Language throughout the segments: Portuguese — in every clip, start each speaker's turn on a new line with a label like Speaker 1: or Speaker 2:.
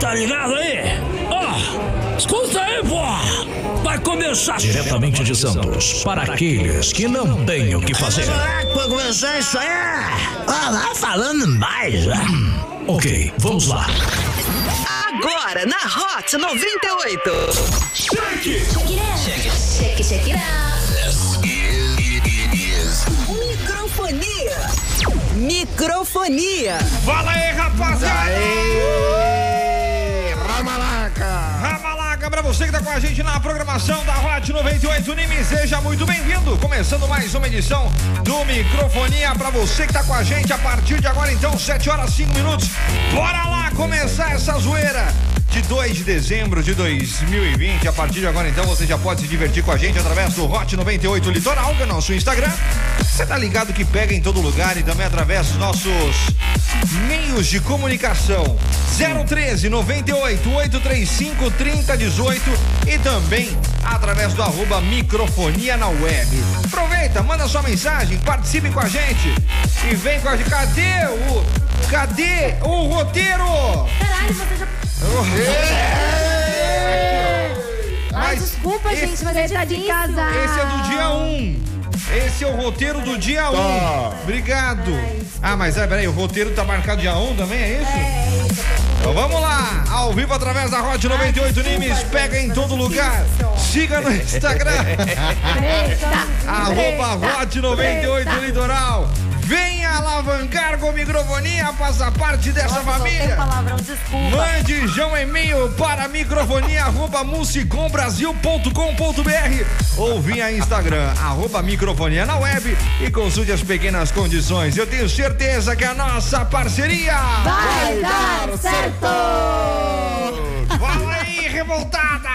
Speaker 1: tá ligado aí? Ó, escuta aí, pô! Vai começar
Speaker 2: Diretamente de Santos, para aqueles que não têm o que fazer.
Speaker 1: Será que vai começar isso aí? Ó, lá falando mais, né?
Speaker 2: Ok, vamos lá.
Speaker 3: Agora na Hot 98.
Speaker 4: Shake, shake it out.
Speaker 3: Microfonia. Microfonia.
Speaker 5: Fala aí, rapaziada!
Speaker 6: Ramalaca!
Speaker 5: Ramalaca, pra você que tá com a gente na programação da Hot 98 Nime, seja muito bem-vindo! Começando mais uma edição do Microfonia pra você que tá com a gente a partir de agora, então, 7 horas 5 minutos. Bora lá começar essa zoeira! De 2 de dezembro de 2020, a partir de agora então você já pode se divertir com a gente através do Hot 98 Litoral, que é o nosso Instagram. Você tá ligado que pega em todo lugar e também através dos nossos Meios de comunicação 013 98 835 3018 e também através do arroba microfonia na web. Aproveita, manda sua mensagem, participe com a gente e vem com a gente. Cadê o. Cadê o roteiro?
Speaker 4: Caralho, você já. Ai,
Speaker 5: Mas
Speaker 4: desculpa,
Speaker 5: esse-
Speaker 4: gente, mas é tá de casar.
Speaker 5: Esse é do dia 1. Um. Esse é o roteiro do dia 1. Um. Obrigado. Ah, mas é, peraí, o roteiro tá marcado dia 1 um também, é isso? Então vamos lá, ao vivo através da Hot 98 Nimes, pega em todo lugar. Siga no Instagram, É.
Speaker 7: tá.
Speaker 5: arroba Hot 98 Litoral. Venha alavancar com microfonia, faça parte dessa família.
Speaker 4: palavrão, desculpa.
Speaker 5: Mande já um e-mail para microfonia arroba musicombrasil.com.br ou via Instagram arroba microfonia na web e consulte as pequenas condições. Eu tenho certeza que é a nossa parceria
Speaker 4: Vai dar certo!
Speaker 5: Fala aí, revoltada!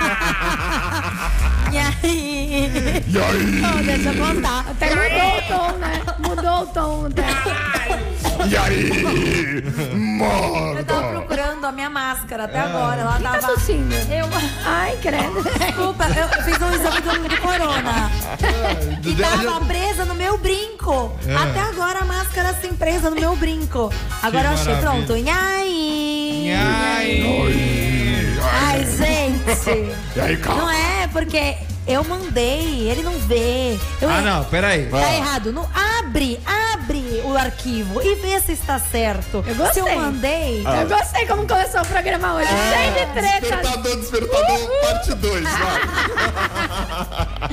Speaker 7: E aí?
Speaker 6: E aí?
Speaker 7: Não, deixa eu contar.
Speaker 4: Até mudou o tom, né? Mudou o tom, né?
Speaker 6: E aí?
Speaker 7: Eu
Speaker 6: Morto!
Speaker 7: tava procurando a minha máscara
Speaker 5: É.
Speaker 7: até agora. Ela
Speaker 4: Tá
Speaker 7: tava.
Speaker 4: tossindo. Eu... Ai, credo.
Speaker 7: Desculpa, eu eu fiz um exame do, do corona. E tava presa no meu brinco.
Speaker 5: É.
Speaker 7: Até agora a máscara assim presa no meu brinco. Agora eu achei,
Speaker 5: maravilha.
Speaker 7: pronto. E aí?
Speaker 5: E aí?
Speaker 7: Ai, gente.
Speaker 6: E aí, cara?
Speaker 7: Não é, porque eu mandei, ele não vê. Eu
Speaker 5: Ah, não, peraí.
Speaker 7: Tá errado. Não, abre, abre o arquivo e vê se está certo.
Speaker 4: Eu gostei.
Speaker 7: Se eu mandei.
Speaker 6: Ah.
Speaker 4: Eu gostei como começou o programa hoje. Cheio de treta.
Speaker 6: É, Despertador, despertador, parte 2.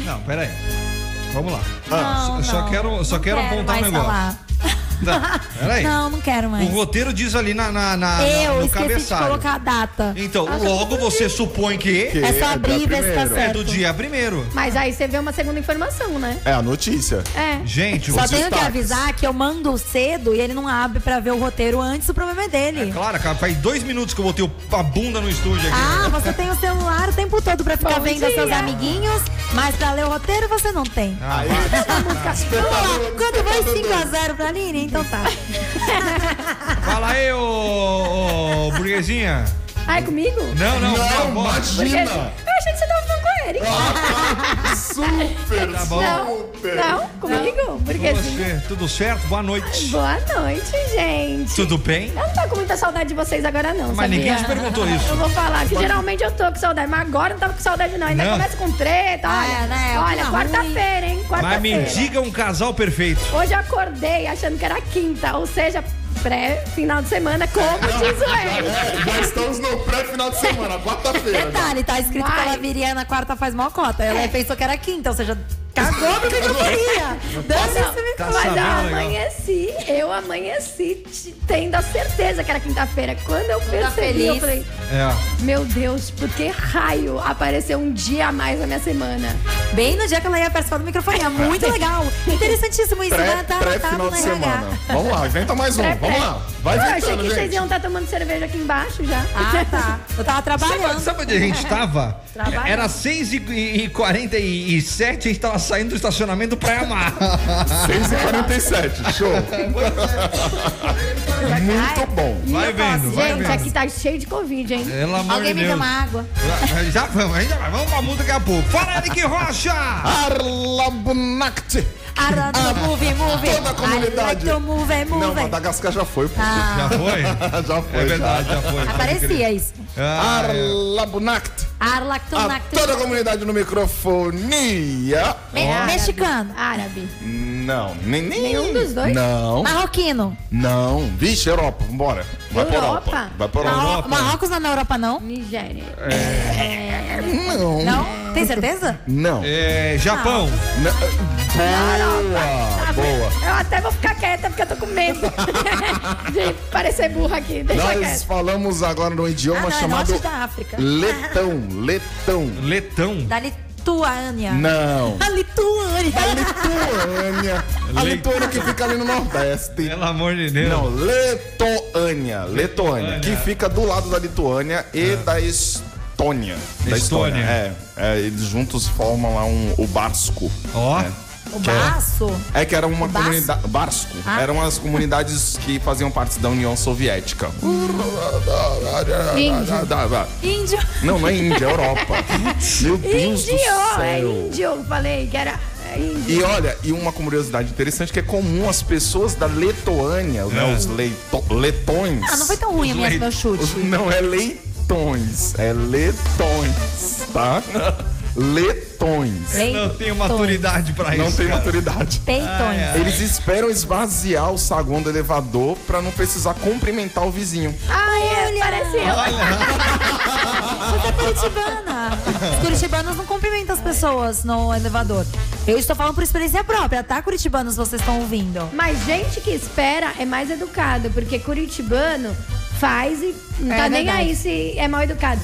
Speaker 5: Não, peraí. Vamos lá.
Speaker 7: Não,
Speaker 5: eu Ah, só
Speaker 7: não.
Speaker 5: quero- só
Speaker 7: Não
Speaker 5: quero apontar um
Speaker 7: mais
Speaker 5: negócio.
Speaker 7: falar.
Speaker 5: Tá, Peraí.
Speaker 7: Não, não quero
Speaker 5: O
Speaker 7: mais.
Speaker 5: roteiro diz ali na, na, na- na-
Speaker 7: eu
Speaker 5: no
Speaker 7: esqueci
Speaker 5: cabeçalho.
Speaker 7: de colocar a data.
Speaker 5: Então, logo você supõe que
Speaker 7: É só abrir e ver se tá certo.
Speaker 5: é do dia primeiro.
Speaker 4: Mas aí você vê uma segunda informação, né?
Speaker 6: É a notícia.
Speaker 4: É.
Speaker 5: Gente, você...
Speaker 7: Só
Speaker 5: tá-
Speaker 7: tenho que
Speaker 6: destaques.
Speaker 7: avisar que eu mando cedo e ele não abre pra ver o roteiro antes, o problema é dele.
Speaker 5: Claro, cara, faz dois minutos que eu botei o- a bunda no estúdio aqui.
Speaker 7: Ah, você tem o celular o tempo todo pra ficar
Speaker 4: Bom
Speaker 7: vendo
Speaker 4: dia.
Speaker 7: seus amiguinhos, mas pra ler o roteiro você não tem.
Speaker 6: Aí,
Speaker 7: Vamos lá,
Speaker 6: despertador.
Speaker 7: quando vai
Speaker 6: despertador
Speaker 7: 5x0 pra Aline, então tá.
Speaker 5: Fala aí, ô, ô burguesinha.
Speaker 4: Ai, Ah, é comigo?
Speaker 5: Não, não,
Speaker 6: Não,
Speaker 5: não, não
Speaker 4: Porque
Speaker 6: imagina!
Speaker 4: eu achei que você tava falando com ele.
Speaker 6: Ah, Super,
Speaker 5: Tá bom.
Speaker 4: Não,
Speaker 6: super!
Speaker 4: não, comigo. Porque assim.
Speaker 5: você. Tudo certo? Boa noite.
Speaker 4: Boa noite, gente.
Speaker 5: Tudo bem?
Speaker 4: Eu não tô com muita saudade de vocês agora, não.
Speaker 5: Mas
Speaker 4: sabia?
Speaker 5: ninguém te perguntou isso.
Speaker 4: Eu vou falar que geralmente eu tô com saudade, mas agora eu não tava com saudade, não. Ainda
Speaker 5: Não?
Speaker 4: começa com treta. Olha,
Speaker 7: É, né? É uma
Speaker 4: olha
Speaker 7: ruim.
Speaker 4: quarta-feira, hein?
Speaker 5: Mas me
Speaker 4: Quarta-feira.
Speaker 5: diga um casal perfeito.
Speaker 4: Hoje eu acordei achando que era quinta, ou seja, pré-final de semana, como diz o ex.
Speaker 6: É, já estamos no pré-final de semana, quarta-feira. né? já.
Speaker 7: Detalhe, tá escrito que
Speaker 4: Vai. É.
Speaker 7: ela viria na quarta faz mal cota. Ela pensou que era quinta, ou seja, cagou pro microfonia. Dane esse microfone.
Speaker 5: Tá
Speaker 4: Mas eu "Ah,
Speaker 5: sabendo, legal.
Speaker 4: amanheci, eu amanheci te- tendo a certeza que era quinta-feira. Quando eu percebi,
Speaker 7: Tá feliz.
Speaker 4: eu falei,
Speaker 5: É.
Speaker 4: meu Deus, por que raio apareceu um dia a mais na minha semana?
Speaker 7: Bem no dia que ela ia participar do microfone. É muito legal. Interessantíssimo isso.
Speaker 6: Pré-
Speaker 7: Vai tá
Speaker 6: Pré-final
Speaker 7: anotado
Speaker 6: de
Speaker 7: na RH.
Speaker 6: semana. Vamos lá, inventa mais um. Vamos lá. Vai
Speaker 4: eu achei
Speaker 6: inventando,
Speaker 4: que vocês
Speaker 6: gente.
Speaker 4: iam estar tomando cerveja aqui embaixo já.
Speaker 7: Ah, tá. Eu tava
Speaker 5: Sabe,
Speaker 7: trabalhando.
Speaker 5: sabe onde a gente tava?
Speaker 7: Trabalhando.
Speaker 5: Era 6h47, a gente tava saindo do estacionamento pra amar.
Speaker 6: 6h47, show. Muito bom.
Speaker 7: E
Speaker 5: Vai
Speaker 7: eu
Speaker 5: vendo, vai
Speaker 7: posso, gente,
Speaker 4: Gente,
Speaker 5: vendo.
Speaker 4: aqui tá cheio de Covid, hein?
Speaker 5: Pelo amor
Speaker 7: Alguém
Speaker 5: de
Speaker 7: me dá
Speaker 5: Deus.
Speaker 7: uma água.
Speaker 5: Já- Já vamos, ainda vai. Vamos pra música daqui a pouco. Fala, Eric Rocha!
Speaker 6: Arla Bonacte.
Speaker 7: Arando, move, move.
Speaker 6: Ah, Toda a comunidade.
Speaker 7: Arando,
Speaker 4: É
Speaker 7: move,
Speaker 6: Não,
Speaker 7: move.
Speaker 6: Madagascar já foi, pô.
Speaker 5: Já
Speaker 7: Ah,
Speaker 5: foi?
Speaker 6: Já foi,
Speaker 5: É verdade, já foi.
Speaker 7: aparecia isso.
Speaker 5: Ah, é.
Speaker 6: Arla Bonacte. A
Speaker 7: Arlactonacto.
Speaker 6: Ah, toda a comunidade no microfonia.
Speaker 7: Me mexicano.
Speaker 4: Árabe.
Speaker 6: Não, nem, nem
Speaker 4: Nenhum dos dois?
Speaker 6: Não,
Speaker 7: Marroquino.
Speaker 6: não. Vixe, Europa, vambora. Vai pra
Speaker 4: Europa?
Speaker 6: Europa. Vai pra
Speaker 7: Marro-
Speaker 6: Europa.
Speaker 7: Marrocos não é na Europa, não?
Speaker 4: Nigéria.
Speaker 6: É. Não. Não.
Speaker 7: Não? Tem certeza?
Speaker 6: Não.
Speaker 5: É, Japão.
Speaker 7: Tá
Speaker 6: Boa, boa.
Speaker 4: Eu até vou ficar quieta porque eu tô com medo de parecer burra aqui. Deixa
Speaker 6: Nós
Speaker 4: quieto.
Speaker 6: falamos agora num
Speaker 7: Ah,
Speaker 6: idioma
Speaker 7: não, é
Speaker 6: chamado
Speaker 7: norte da África.
Speaker 6: letão, letão.
Speaker 5: Letão.
Speaker 7: Da Lituânia.
Speaker 6: Não.
Speaker 7: A Lituânia.
Speaker 6: A Lituânia. A
Speaker 5: Le-
Speaker 6: Lituânia que fica ali no Nordeste.
Speaker 5: Pelo amor de Deus.
Speaker 6: Não, Letoânia. Letoânia. Que fica do lado da Lituânia e da Estônia. Da
Speaker 5: É. Estônia.
Speaker 6: É, é, eles juntos formam lá um, o Basco.
Speaker 5: Ó.
Speaker 6: né?
Speaker 7: O
Speaker 6: Que é-
Speaker 7: baço.
Speaker 6: É que era uma
Speaker 7: Basco?
Speaker 6: comunidade. Basco.
Speaker 7: Ah.
Speaker 6: Eram as comunidades que faziam parte da União Soviética.
Speaker 7: Índio.
Speaker 6: Não, não é Índia, é Europa. Meu Deus
Speaker 4: Índio,
Speaker 6: do
Speaker 4: é
Speaker 6: céu.
Speaker 4: índio. Eu falei que era é índio.
Speaker 6: E olha, e uma curiosidade interessante que é comum as pessoas da Letoânia, né, os leito, letões.
Speaker 7: Ah, não foi tão ruim a minha,
Speaker 5: leitos.
Speaker 7: meu
Speaker 6: Os-
Speaker 7: chute.
Speaker 6: Não é leitões, é letões, tá? Letões.
Speaker 5: Não tenho maturidade pra isso.
Speaker 6: Não tem
Speaker 5: cara.
Speaker 6: maturidade.
Speaker 7: Peitões.
Speaker 6: Eles esperam esvaziar o saguão do elevador pra não precisar cumprimentar o vizinho.
Speaker 4: Ah, é, parece eu.
Speaker 7: Você é curitibana. Os curitibanos não cumprimentam as pessoas no elevador. Eu estou falando por experiência própria, tá, curitibanos? Vocês estão ouvindo.
Speaker 4: Mas gente que espera é mais educado, porque curitibano faz e não
Speaker 7: É
Speaker 4: tá nem
Speaker 7: verdade.
Speaker 4: aí se é mal educado.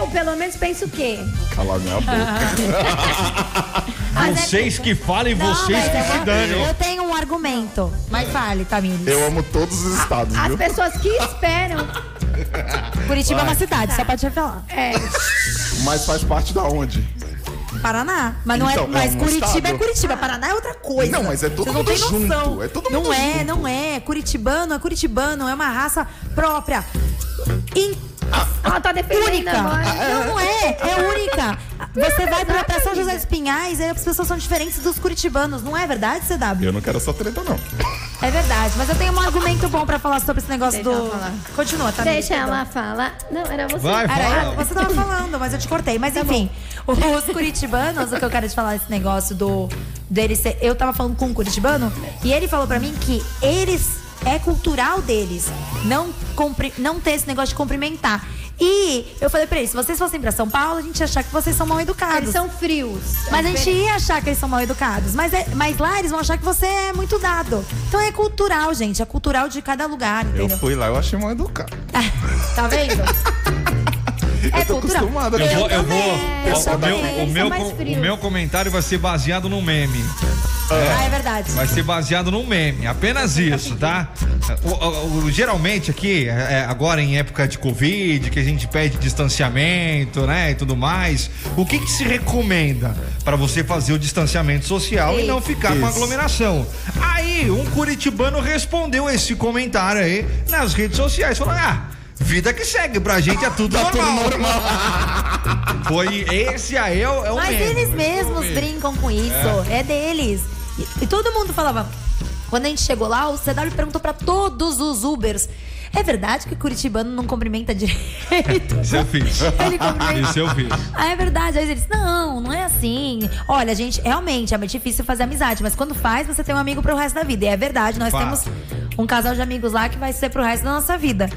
Speaker 4: Eu, pelo menos, penso o quê?
Speaker 6: Cala minha boca.
Speaker 5: Vocês que falam e vocês
Speaker 7: é mas é
Speaker 5: que
Speaker 7: eu
Speaker 5: se
Speaker 7: vou-
Speaker 5: danem.
Speaker 7: Eu tenho um argumento. Mas fale, Tamires.
Speaker 6: Eu amo todos os estados,
Speaker 4: As
Speaker 6: viu?
Speaker 4: pessoas que esperam.
Speaker 7: Curitiba é uma cidade, só pode falar.
Speaker 4: É,
Speaker 6: Mas faz parte da onde?
Speaker 7: Paraná. Mas não
Speaker 6: Então,
Speaker 7: é.
Speaker 6: é
Speaker 7: Mas
Speaker 6: um
Speaker 7: Curitiba é
Speaker 6: estado.
Speaker 7: Curitiba. Paraná é outra coisa.
Speaker 6: Não, mas é todo
Speaker 7: Vocês não
Speaker 6: mundo
Speaker 7: têm noção.
Speaker 6: junto, é todo
Speaker 7: não
Speaker 6: mundo
Speaker 7: é,
Speaker 6: junto.
Speaker 7: não é. Curitibano é curitibano, é uma raça própria. In-
Speaker 4: ela tá defendendo
Speaker 7: única.
Speaker 4: agora.
Speaker 7: Não, não é, é única. Você vai pra, pra São José dos Pinhais, aí as pessoas são diferentes dos curitibanos, não é verdade, CW?
Speaker 6: Eu não quero essa treta, não.
Speaker 7: É verdade, mas eu tenho um argumento bom pra falar sobre esse negócio
Speaker 4: Deixa
Speaker 7: do.
Speaker 4: ela falar.
Speaker 7: Continua, tá?
Speaker 4: Deixa ela falar. Não, era você.
Speaker 5: Vai,
Speaker 7: Era,
Speaker 5: fala.
Speaker 7: era- você tava falando, mas eu te cortei. Mas
Speaker 4: Tá
Speaker 7: enfim, os curitibanos, o que eu quero te falar esse negócio do dele ser. Eu tava falando com um curitibano e ele falou pra mim que eles é cultural deles não compri- não ter esse negócio de cumprimentar. E eu falei pra ele, se vocês fossem pra São Paulo, a gente ia achar que vocês são mal educados.
Speaker 4: Ah, Eles são frios.
Speaker 7: Mas a gente ia achar que eles são mal educados. Mas, é- mas lá eles vão achar que você é muito dado. Então é cultural, gente. É cultural de cada lugar,
Speaker 6: Eu
Speaker 7: entendeu?
Speaker 6: fui lá, eu achei mal educado.
Speaker 7: tá vendo? é
Speaker 6: É eu tô né?
Speaker 7: cultural.
Speaker 6: acostumada.
Speaker 5: Eu vou, eu vou.
Speaker 4: Eu
Speaker 5: ó, o,
Speaker 4: também,
Speaker 5: meu,
Speaker 4: eles
Speaker 5: o,
Speaker 4: são
Speaker 5: meu,
Speaker 4: mais
Speaker 5: com-
Speaker 4: frios.
Speaker 5: o meu comentário vai ser baseado num meme.
Speaker 7: Ah, é verdade.
Speaker 5: Vai ser baseado num meme, apenas isso, tá? O- o- o- geralmente aqui, é, é, agora em época de Covid, que a gente pede distanciamento, né, e tudo mais, o que, que se recomenda pra você fazer o distanciamento social e não ficar com
Speaker 6: Isso.
Speaker 5: aglomeração? Aí, um curitibano respondeu esse comentário aí nas redes sociais, falando, ah, vida que segue, pra gente é tudo
Speaker 6: Tá tudo
Speaker 5: normal.
Speaker 6: normal.
Speaker 5: Foi esse aí é o, é o
Speaker 7: Mas
Speaker 5: meme.
Speaker 7: eles mesmos brincam com isso. É, deles. E, e todo mundo falava. Quando a gente chegou lá, o CW perguntou pra todos os Ubers. É verdade que curitibano não cumprimenta direito?
Speaker 5: Isso eu fiz.
Speaker 7: Ele cumprimenta.
Speaker 5: Isso eu fiz.
Speaker 7: Ah, é verdade. Aí eles, não, não é assim. Olha, gente, realmente é muito difícil fazer amizade, mas quando faz, você tem um amigo pro resto da vida. E é verdade, nós
Speaker 5: Fato.
Speaker 7: temos um casal de amigos lá que vai ser pro resto da nossa vida.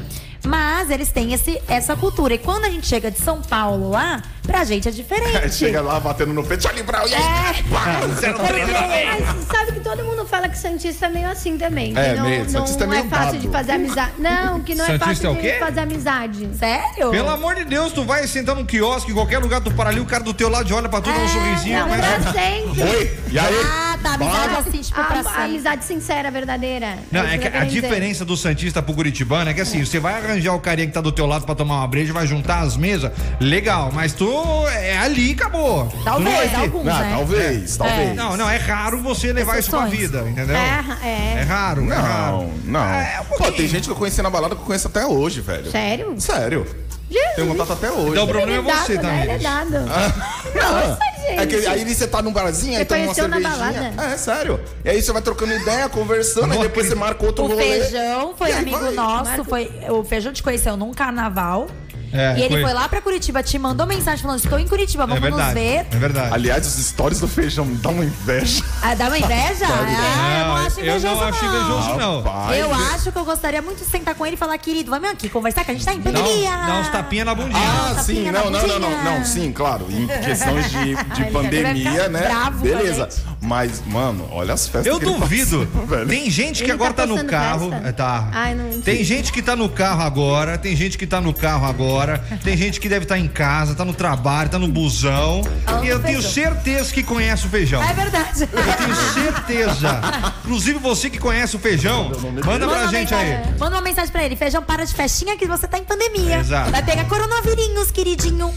Speaker 7: Mas eles têm esse, essa cultura. E quando a gente chega de São Paulo lá, pra gente é
Speaker 6: Aí
Speaker 7: diferente.
Speaker 6: chega lá batendo no peito, olha Brau, e aí? Ah, é
Speaker 4: Mas sabe que todo mundo fala que Santista é meio assim também. que
Speaker 6: É,
Speaker 4: não,
Speaker 6: meio-
Speaker 4: não
Speaker 6: Santista é
Speaker 4: é
Speaker 6: meio
Speaker 4: fácil
Speaker 6: dado.
Speaker 4: de fazer amizade. Não, que não é
Speaker 5: Santista é
Speaker 4: fácil
Speaker 5: o quê?
Speaker 4: de fazer amizade.
Speaker 7: Sério?
Speaker 5: Pelo amor de Deus, tu vai sentar num
Speaker 7: É,
Speaker 5: quiosque, em qualquer lugar, tu para ali, o cara do teu lado olha pra tu, dá um sorrisinho,
Speaker 4: Não,
Speaker 5: mas...
Speaker 4: pra sempre.
Speaker 6: Oi, e aí?
Speaker 7: Ah, Ah, tá. Amizade
Speaker 6: Bora.
Speaker 7: assim, tipo,
Speaker 4: A-
Speaker 7: pra
Speaker 4: a
Speaker 7: sempre.
Speaker 4: amizade sincera, verdadeira.
Speaker 5: Não,
Speaker 4: isso
Speaker 5: é que
Speaker 4: eu
Speaker 5: a
Speaker 4: quero dizer.
Speaker 5: diferença do Santista pro Curitibano é que assim, você vai arranjar o carinha que tá do teu lado pra tomar uma breja, vai juntar as mesas, legal, mas tu é ali e acabou. Tu não, vai
Speaker 7: Talvez,
Speaker 5: ter-
Speaker 7: alguns,
Speaker 6: Não,
Speaker 7: né?
Speaker 6: Ah, talvez, talvez.
Speaker 5: não, não, é raro você levar isso pra
Speaker 7: Exceções.
Speaker 5: vida, entendeu?
Speaker 4: É, é.
Speaker 5: É raro, é
Speaker 6: Não,
Speaker 5: raro.
Speaker 6: não.
Speaker 5: É, um
Speaker 6: Pô,
Speaker 5: pouquinho.
Speaker 6: tem gente que eu conheci na balada que eu conheço até hoje, velho.
Speaker 4: Sério?
Speaker 6: Sério. Tenho contato até hoje.
Speaker 5: Então, o problema-
Speaker 4: Ele
Speaker 5: é você Ah.
Speaker 4: dado, né?
Speaker 5: também.
Speaker 4: Ele é dado.
Speaker 6: Não.
Speaker 4: gente.
Speaker 6: É que aí você tá num barzinho, aí
Speaker 4: Você
Speaker 6: toma uma
Speaker 4: conheceu na
Speaker 6: cervejinha.
Speaker 4: balada?
Speaker 6: É, sério. E aí você vai trocando ideia, conversando, aí
Speaker 5: Não
Speaker 6: depois você
Speaker 5: acredito.
Speaker 6: marca outro
Speaker 7: O
Speaker 6: rolê.
Speaker 7: Feijão foi
Speaker 6: E aí
Speaker 7: amigo
Speaker 6: vai.
Speaker 7: nosso, foi, o Feijão te conheceu num carnaval.
Speaker 5: É,
Speaker 7: e ele
Speaker 5: foi.
Speaker 7: foi. lá pra Curitiba, te mandou mensagem falando: estou em Curitiba,
Speaker 5: É
Speaker 7: vamos nos
Speaker 5: verdade.
Speaker 7: ver.
Speaker 5: É verdade.
Speaker 6: Aliás, os stories do feijão me dão uma inveja.
Speaker 7: Ah, dá uma inveja? Ah, eu não acho
Speaker 5: eu
Speaker 7: invejoso,
Speaker 5: não acho invejoso, não.
Speaker 6: Rapaz,
Speaker 7: eu
Speaker 6: é-
Speaker 7: acho que eu gostaria muito de sentar com ele e falar, querido, vamos aqui conversar, que a gente tá em
Speaker 5: Dá, um-
Speaker 7: pandemia.
Speaker 5: dá uns tapinha na bundinha.
Speaker 6: Ah,
Speaker 7: Tapinha na
Speaker 6: sim, não, não, não, não,
Speaker 7: bundinha.
Speaker 6: não, sim, claro. Em questões de, de
Speaker 7: ele vai
Speaker 6: pandemia,
Speaker 7: ficar
Speaker 6: né?
Speaker 7: bravo com a
Speaker 6: Beleza.
Speaker 7: gente.
Speaker 6: Mas, mano, olha as festas.
Speaker 5: Eu
Speaker 6: que ele
Speaker 5: duvido.
Speaker 6: participa, velho. é
Speaker 5: Tem gente que
Speaker 4: Ele
Speaker 5: agora
Speaker 4: tá
Speaker 5: tá no
Speaker 4: passando
Speaker 5: carro.
Speaker 4: festa?
Speaker 5: é, Tá.
Speaker 4: Ai, não-
Speaker 5: Tem gente que tá no carro agora, tem gente que tá no carro agora, tem gente que deve estar em casa, tá no trabalho, tá no busão.
Speaker 7: Falando
Speaker 5: E eu
Speaker 7: do
Speaker 5: tenho
Speaker 7: feijão.
Speaker 5: certeza que conhece o feijão.
Speaker 7: É verdade.
Speaker 5: Eu tenho certeza. Inclusive você que conhece o feijão, manda pra
Speaker 7: uma
Speaker 5: gente aí.
Speaker 7: mensagem- Manda uma mensagem pra ele. Feijão, para de festinha que você tá em pandemia.
Speaker 5: Exato.
Speaker 7: Vai pegar coronavírus, queridinho.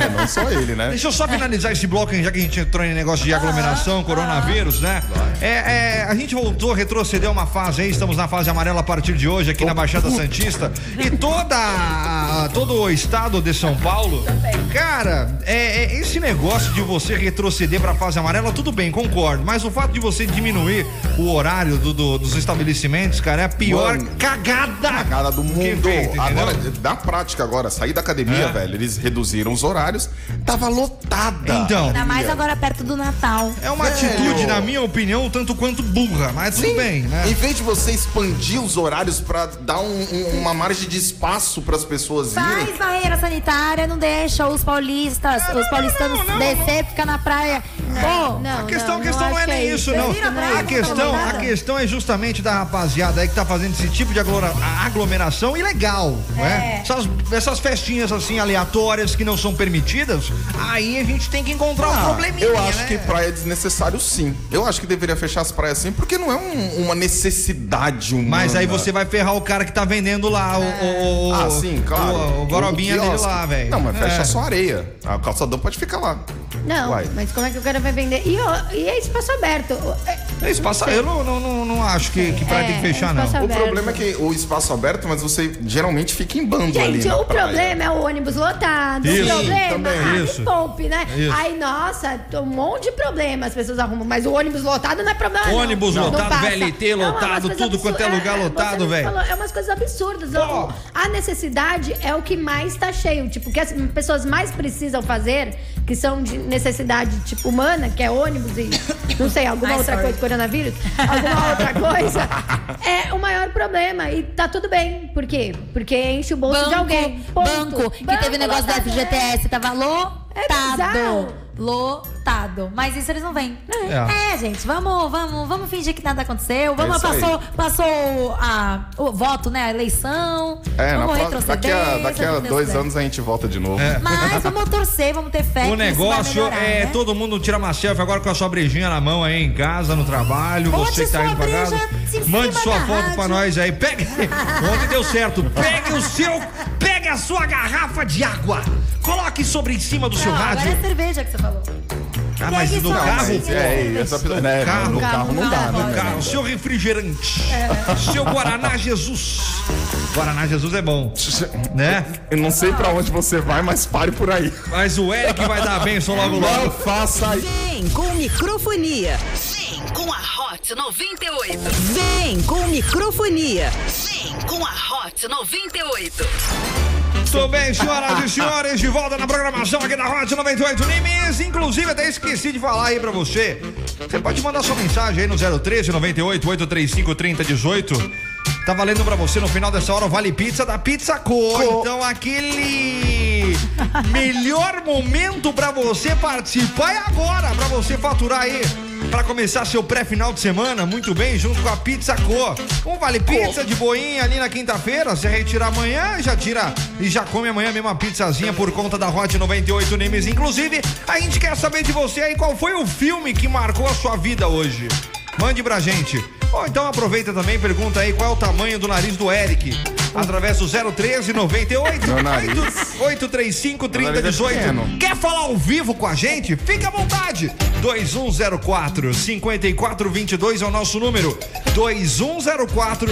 Speaker 6: É, não só ele, né?
Speaker 5: Deixa eu só finalizar esse bloco, já que a gente entrou em negócio de aglomeração, coronavírus, né? É, é, a gente voltou, retrocedeu uma fase aí, estamos na fase amarela a partir de hoje aqui na Baixada Santista. E toda, a- todo o estado de São Paulo. Cara, é, é, esse negócio de você retroceder pra fase amarela, tudo bem, concordo. Mas o fato de você diminuir o horário do- do- dos estabelecimentos, cara, é a pior
Speaker 6: Mano,
Speaker 5: cagada.
Speaker 6: Cagada do
Speaker 5: que
Speaker 6: mundo.
Speaker 5: feita,
Speaker 6: agora,
Speaker 5: entendeu?
Speaker 6: na prática agora, saí da academia,
Speaker 5: É.
Speaker 6: velho, eles reduziram os horários, tava lotada.
Speaker 5: Então.
Speaker 7: Ainda mais agora perto do Natal.
Speaker 5: É uma
Speaker 6: Velho.
Speaker 5: atitude, na minha opinião, um tanto quanto burra, mas tudo
Speaker 6: Sim.
Speaker 5: bem, né?
Speaker 6: Em vez de você expandir os horários pra dar um- um- uma margem de espaço pras pessoas irem,
Speaker 7: Faz barreira sanitária, não deixa os paulistas, os paulistanos descer, ficar na praia. Pô,
Speaker 4: Não,
Speaker 5: A questão,
Speaker 4: não,
Speaker 5: a questão não é
Speaker 4: acho que
Speaker 5: nem isso, não.
Speaker 7: Vira pra
Speaker 5: A
Speaker 7: ele, não
Speaker 5: questão,
Speaker 7: fala
Speaker 5: a
Speaker 7: nada.
Speaker 5: questão é justamente da rapaziada aí que tá fazendo esse tipo de aglora- a- aglomeração ilegal, né? Essas, essas festinhas assim aleatórias que não são permitidas, aí a gente tem que encontrar
Speaker 6: Ah.
Speaker 5: um probleminha,
Speaker 6: Eu acho
Speaker 5: né?
Speaker 6: que praia é desnecessário, sim. Eu acho que deveria fechar as praias sim, porque não é um- uma necessidade humana.
Speaker 5: Mas aí você vai ferrar o cara que tá vendendo lá o, o, o-
Speaker 6: Ah, sim, claro.
Speaker 5: o, o gorobinha dele
Speaker 6: quiosque.
Speaker 5: lá, velho.
Speaker 6: Não, mas fecha
Speaker 5: É.
Speaker 6: só a areia. A calçadão pode ficar lá.
Speaker 4: Não,
Speaker 6: Uai.
Speaker 4: mas como é que o cara vai vender? E, ó, e é espaço aberto. É,
Speaker 5: É espaço, eu não, não, não, não acho que, que praia tem que
Speaker 4: é
Speaker 5: fechar, não.
Speaker 4: espaço
Speaker 6: O
Speaker 4: aberto.
Speaker 6: problema é que o espaço aberto, mas você geralmente fica em bando ali.
Speaker 4: Gente,
Speaker 6: na
Speaker 4: o
Speaker 6: praia.
Speaker 4: problema é o ônibus lotado,
Speaker 5: né? Isso,
Speaker 4: o problema
Speaker 6: também,
Speaker 4: ah, me
Speaker 5: isso.
Speaker 4: poupe, né?
Speaker 5: Isso.
Speaker 4: Aí, nossa, tem um monte de problema as pessoas arrumam, mas o ônibus lotado não é problema não.
Speaker 5: Ônibus
Speaker 4: Não.
Speaker 5: lotado,
Speaker 4: passa.
Speaker 5: VLT
Speaker 4: Não, é umas
Speaker 5: lotado,
Speaker 4: coisas
Speaker 5: tudo quanto é
Speaker 4: absurdas.
Speaker 5: lugar
Speaker 4: É,
Speaker 5: lotado,
Speaker 4: você me
Speaker 5: velho.
Speaker 4: falou, É umas coisas absurdas.
Speaker 5: Pô.
Speaker 4: A necessidade é o que mais tá cheio, tipo, o que as pessoas mais precisam fazer, que são de necessidade, tipo, humana, que é ônibus e, não sei, alguma
Speaker 7: Ai,
Speaker 4: outra
Speaker 7: sorry.
Speaker 4: coisa coronavírus, alguma outra coisa, é o maior problema. E tá tudo bem. Por quê? Porque enche o bolso de alguém. Ponto.
Speaker 7: banco, né? É que teve o negócio da
Speaker 4: lotado,
Speaker 7: FGTS, tava
Speaker 4: bizarro.
Speaker 7: lotado. lotado. Mas isso eles não vêm.
Speaker 5: É.
Speaker 7: É. gente, vamos, vamos, vamos fingir que nada aconteceu. Vamos,
Speaker 6: isso aí.
Speaker 7: passou, passou a, o voto, né? A eleição.
Speaker 6: É, na
Speaker 7: vamos
Speaker 6: pró- daqui a,
Speaker 7: retroceder,
Speaker 6: daqui a
Speaker 7: vamos
Speaker 6: dois
Speaker 7: retroceder.
Speaker 6: anos a gente volta de novo.
Speaker 5: É.
Speaker 7: Mas vamos torcer, vamos ter fé.
Speaker 5: O
Speaker 7: É que isso vai
Speaker 5: negócio
Speaker 7: melhorar,
Speaker 5: é
Speaker 7: né?
Speaker 5: todo mundo tira uma selfie agora com a sua brejinha na mão aí em casa, no trabalho,
Speaker 7: Bote
Speaker 5: você que tá
Speaker 7: sua
Speaker 5: indo pra
Speaker 7: breja
Speaker 5: casa.
Speaker 7: em
Speaker 5: Mande
Speaker 7: cima
Speaker 5: sua
Speaker 7: da
Speaker 5: foto pra
Speaker 7: rádio.
Speaker 5: nós aí. Pegue. Ontem deu certo. Pegue o seu, pegue a sua garrafa de água. Coloque sobre em cima do seu
Speaker 7: Não,
Speaker 5: rádio.
Speaker 7: agora é cerveja que você falou.
Speaker 5: Ah, mas
Speaker 7: pegue
Speaker 5: do
Speaker 7: sua
Speaker 5: carro,
Speaker 7: breja.
Speaker 6: mas é, essa, né, no
Speaker 5: carro,
Speaker 6: carro, não dá, né?
Speaker 7: carro,
Speaker 6: velho?
Speaker 5: Cara, o seu refrigerante. Seu Guaraná Jesus. Guaraná Jesus é bom, né?
Speaker 6: Eu não sei pra onde você vai, mas pare por aí.
Speaker 5: Mas o Eric vai dar a benção logo
Speaker 6: Não
Speaker 5: logo.
Speaker 6: faça isso.
Speaker 3: Vem com microfonia.
Speaker 8: Vem com a Hot 98.
Speaker 3: Vem com microfonia.
Speaker 8: Vem com a Hot 98.
Speaker 5: Muito bem, senhoras e senhores, de volta na programação aqui da Rádio 98 Nimes. Inclusive, até esqueci de falar aí pra você. Você pode mandar sua mensagem aí no 013 98 835 3018. Tá valendo pra você no final dessa hora o Vale Pizza da Pizza Co. Então, aquele melhor momento pra você participar é agora, pra você faturar aí Para começar seu pré-final de semana, muito bem, junto com a Pizza Co. Um vale pizza de boinha ali na quinta-feira, você retira amanhã, já tira e já come amanhã mesmo a pizzazinha por conta da Hot 98 Nimes. Inclusive, a gente quer saber de você aí qual foi o filme que marcou a sua vida hoje. Mande pra gente. Ou então aproveita também e pergunta aí qual é o tamanho do nariz do Eric. Através do 013 98
Speaker 6: Meu nariz.
Speaker 5: 835 3018.
Speaker 6: pequeno.
Speaker 5: Quer falar ao vivo com a gente? Fica à vontade. 2104 5422 é o nosso número. 2104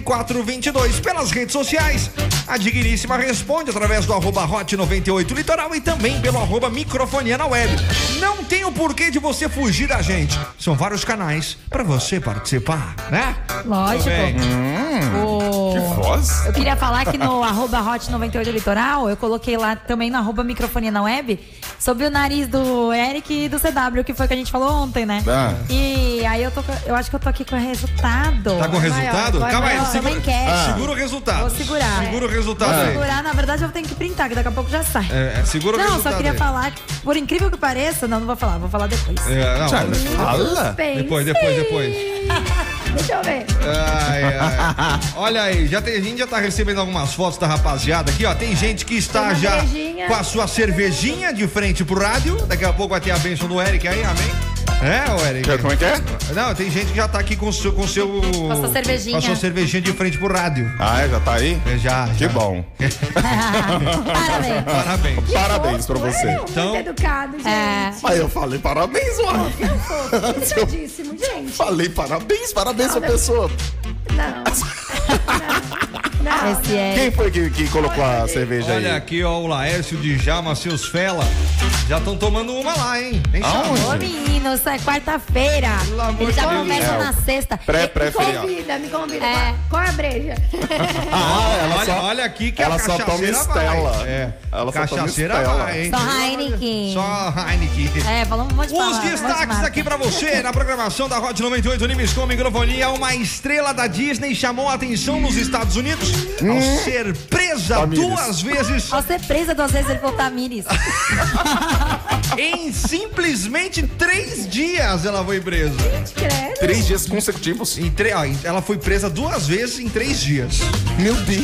Speaker 5: 5422 pelas redes sociais. A Digníssima responde através do arroba hot 98 litoral e também pelo arroba microfonia na web. Não tem o porquê de você fugir da gente. São vários canais pra você participar, né?
Speaker 7: Lógico.
Speaker 5: Bem,
Speaker 6: Hum.
Speaker 7: O-
Speaker 6: Que voz?
Speaker 7: Eu queria falar que no arroba hot 98 litoral, eu coloquei lá também no arroba microfonia na web, sobre o nariz do Eric e do CW, que foi o que a gente falou ontem, né?
Speaker 6: Ah.
Speaker 7: E aí eu tô. co- Eu acho que eu tô aqui com o resultado.
Speaker 5: Tá com o resultado?
Speaker 7: Vai,
Speaker 5: Calma aí,
Speaker 7: vai,
Speaker 5: segura- Ah,
Speaker 7: uma enquete.
Speaker 5: Segura o resultado.
Speaker 7: Vou segurar.
Speaker 5: Segura o
Speaker 7: Vou
Speaker 5: resultado aí.
Speaker 7: segurar, na verdade eu tenho que printar, que daqui a pouco já sai.
Speaker 5: É, é, segura o
Speaker 7: Não,
Speaker 5: resultado
Speaker 7: só queria
Speaker 5: aí.
Speaker 7: falar, que, por incrível que pareça, não, não vou falar, vou falar depois.
Speaker 5: É, não,
Speaker 6: Cara, fala.
Speaker 7: É
Speaker 4: Pense.
Speaker 5: Depois, depois, depois.
Speaker 4: Deixa eu ver.
Speaker 5: Ai, ai. Olha aí, já tem, a gente já tá recebendo algumas fotos da rapaziada aqui, ó. Tem gente que está
Speaker 4: Tem uma
Speaker 5: já
Speaker 4: brejinha.
Speaker 5: com a sua cervejinha de frente pro rádio. Daqui a pouco vai ter a benção do Eric aí, amém? É, o Eric.
Speaker 6: Quer- Como é que é?
Speaker 5: Não, tem gente que já tá aqui com o seu. Com, o seu, com
Speaker 7: a sua cervejinha.
Speaker 5: a sua cervejinha de frente pro rádio.
Speaker 6: Ah, é, já tá aí?
Speaker 5: É, Já,
Speaker 6: Que
Speaker 5: já.
Speaker 6: bom.
Speaker 7: Parabéns.
Speaker 5: Parabéns.
Speaker 6: Parabéns pra
Speaker 4: Pô,
Speaker 6: você.
Speaker 4: é, Muito
Speaker 5: Então-
Speaker 4: educado, gente.
Speaker 7: É.
Speaker 6: Mas eu falei parabéns, uai.
Speaker 4: Educadíssimo, gente.
Speaker 6: Falei parabéns, parabéns pra pessoa.
Speaker 4: Não. Não. Não.
Speaker 7: Esse é.
Speaker 6: Quem foi que, que colocou a cerveja
Speaker 5: Olha
Speaker 6: aí?
Speaker 5: aqui, ó, o Laércio de Jama, seus fela. Já estão tomando uma lá, hein? Nem
Speaker 6: Aonde?
Speaker 7: Ô, menino, isso é quarta-feira.
Speaker 5: Pelo amor
Speaker 7: Ele já
Speaker 5: de
Speaker 7: começa
Speaker 6: Deus.
Speaker 7: na sexta.
Speaker 6: Pré, pré,
Speaker 4: Me
Speaker 6: feriado.
Speaker 4: convida, me convida.
Speaker 7: É.
Speaker 4: Qual é a breja?
Speaker 6: Ah,
Speaker 5: olha, olha aqui que
Speaker 6: ela
Speaker 5: a
Speaker 6: só toma
Speaker 5: cachaceira vai.
Speaker 6: Estela.
Speaker 5: É,
Speaker 6: Ela só toma
Speaker 5: cachaceira
Speaker 6: Estela.
Speaker 5: vai, hein?
Speaker 7: Só Heineken.
Speaker 5: Só Heineken.
Speaker 7: É, falamos um monte
Speaker 5: Os
Speaker 7: de palavra, um monte de
Speaker 5: destaques
Speaker 7: marca.
Speaker 5: aqui pra você na programação da Hot 98 Nimes com microfonia. Uma estrela da Disney chamou a atenção nos Estados Unidos ao
Speaker 6: Hum.
Speaker 5: ser presa
Speaker 6: Tamires.
Speaker 5: duas vezes
Speaker 7: Ao ser é presa duas vezes, ele falou Tamires.
Speaker 5: em simplesmente três dias. Ela foi presa.
Speaker 4: Credo.
Speaker 6: Três dias consecutivos.
Speaker 5: Em tre- ó, em- ela foi presa duas vezes em três dias.
Speaker 6: Meu Deus.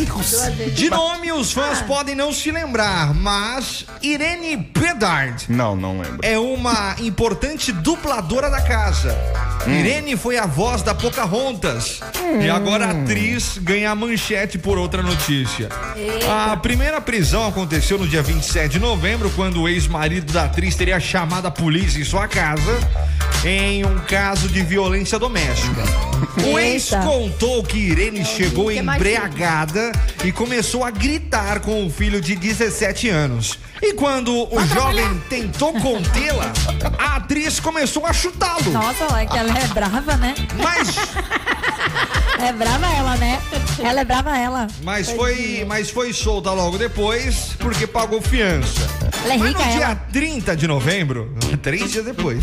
Speaker 5: De nome, os
Speaker 7: Ah.
Speaker 5: fãs podem não se lembrar, mas Irene Bedard
Speaker 6: Não, não lembro.
Speaker 5: é uma importante dubladora da casa. Irene foi a voz da Pocahontas. E agora a atriz ganha a manchete por outra notícia. A primeira prisão aconteceu no dia 27 de novembro, quando o ex-marido da atriz teria chamado a polícia em sua casa em um caso de violência doméstica. O ex
Speaker 7: Eita.
Speaker 5: contou que Irene chegou
Speaker 4: que mais
Speaker 5: embriagada embriagada e começou a gritar com o filho de 17 anos. E quando o jovem tentou contê-la, a atriz começou a chutá-lo.
Speaker 7: Nossa, olha que ela é brava, né?
Speaker 5: Mas,
Speaker 7: É brava ela, né? Ela é brava ela.
Speaker 5: mas, foi, mas foi solta logo depois porque pagou fiança.
Speaker 7: Ela é
Speaker 5: Mas
Speaker 7: rica,
Speaker 5: no dia
Speaker 7: ela.
Speaker 5: 30 de novembro, três dias depois,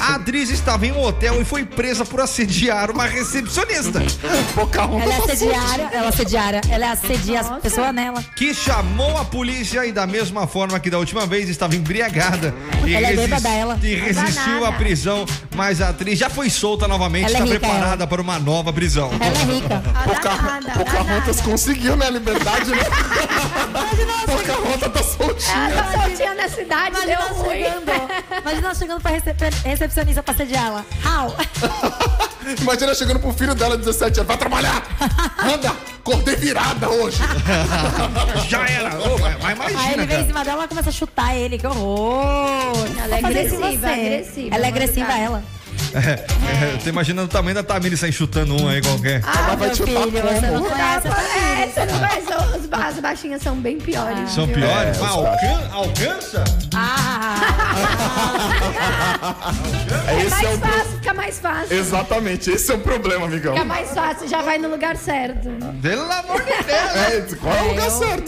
Speaker 5: a atriz estava em um hotel e foi presa por assediar uma recepcionista
Speaker 7: Ela é
Speaker 6: Pocahontas.
Speaker 7: assediária, ela é assediária. Ela é assedia as pessoas nela.
Speaker 5: que chamou a polícia e da mesma forma que da última vez estava embriagada. E
Speaker 7: Ela é
Speaker 5: resist-
Speaker 7: bêbada, ela.
Speaker 5: E resistiu
Speaker 4: Danada.
Speaker 5: à prisão, mas a atriz já foi solta novamente,
Speaker 7: Ela é
Speaker 5: está
Speaker 7: rica,
Speaker 5: preparada para uma nova prisão.
Speaker 7: Ela é rica.
Speaker 4: Ah,
Speaker 6: Poca...
Speaker 4: danada,
Speaker 6: Pocahontas
Speaker 4: danada.
Speaker 6: conseguiu, né? A liberdade, né? Pocahontas tá
Speaker 4: Ela
Speaker 6: soltinha.
Speaker 4: tá soltinha na cidade,
Speaker 7: Imagina
Speaker 4: deu
Speaker 7: ela
Speaker 4: ruim.
Speaker 7: chegando. Imagina ela chegando pra recep- recepcionista pra assediá-la. How?
Speaker 6: Imagina chegando pro filho dela, 17 anos. Vai trabalhar! Anda! Acordei virada hoje!
Speaker 5: já era. Ô, mas- mas
Speaker 7: Aí é Ah, ele
Speaker 5: imagina,
Speaker 7: vem em
Speaker 5: cara.
Speaker 7: cima dela, ela começa a chutar ele. Que horror!
Speaker 4: Ela
Speaker 7: Vou
Speaker 4: é
Speaker 7: fazer isso em
Speaker 4: agressiva,
Speaker 7: você.
Speaker 4: agressiva,
Speaker 7: Ela é agressiva,
Speaker 4: madrugada.
Speaker 7: ela.
Speaker 5: É, eu tô imaginando o tamanho da Tamiri sair chutando um aí qualquer.
Speaker 6: Ela vai
Speaker 7: Ah, meu
Speaker 6: chutar
Speaker 7: filho, você não
Speaker 6: como?
Speaker 7: conhece essa
Speaker 4: É, você não vai, são- os- as baixinhas são bem piores.
Speaker 5: São
Speaker 4: viu?
Speaker 5: piores?
Speaker 6: É,
Speaker 5: Mas
Speaker 6: eu
Speaker 5: alcan- alcança?
Speaker 7: Ah,
Speaker 4: É
Speaker 6: Esse é
Speaker 4: mais
Speaker 6: o pro-
Speaker 4: fácil, fica mais fácil.
Speaker 6: Exatamente, esse é o problema, amigão.
Speaker 4: Fica mais fácil, já vai no lugar certo.
Speaker 5: Pelo amor de Deus.
Speaker 6: É, qual é o lugar certo?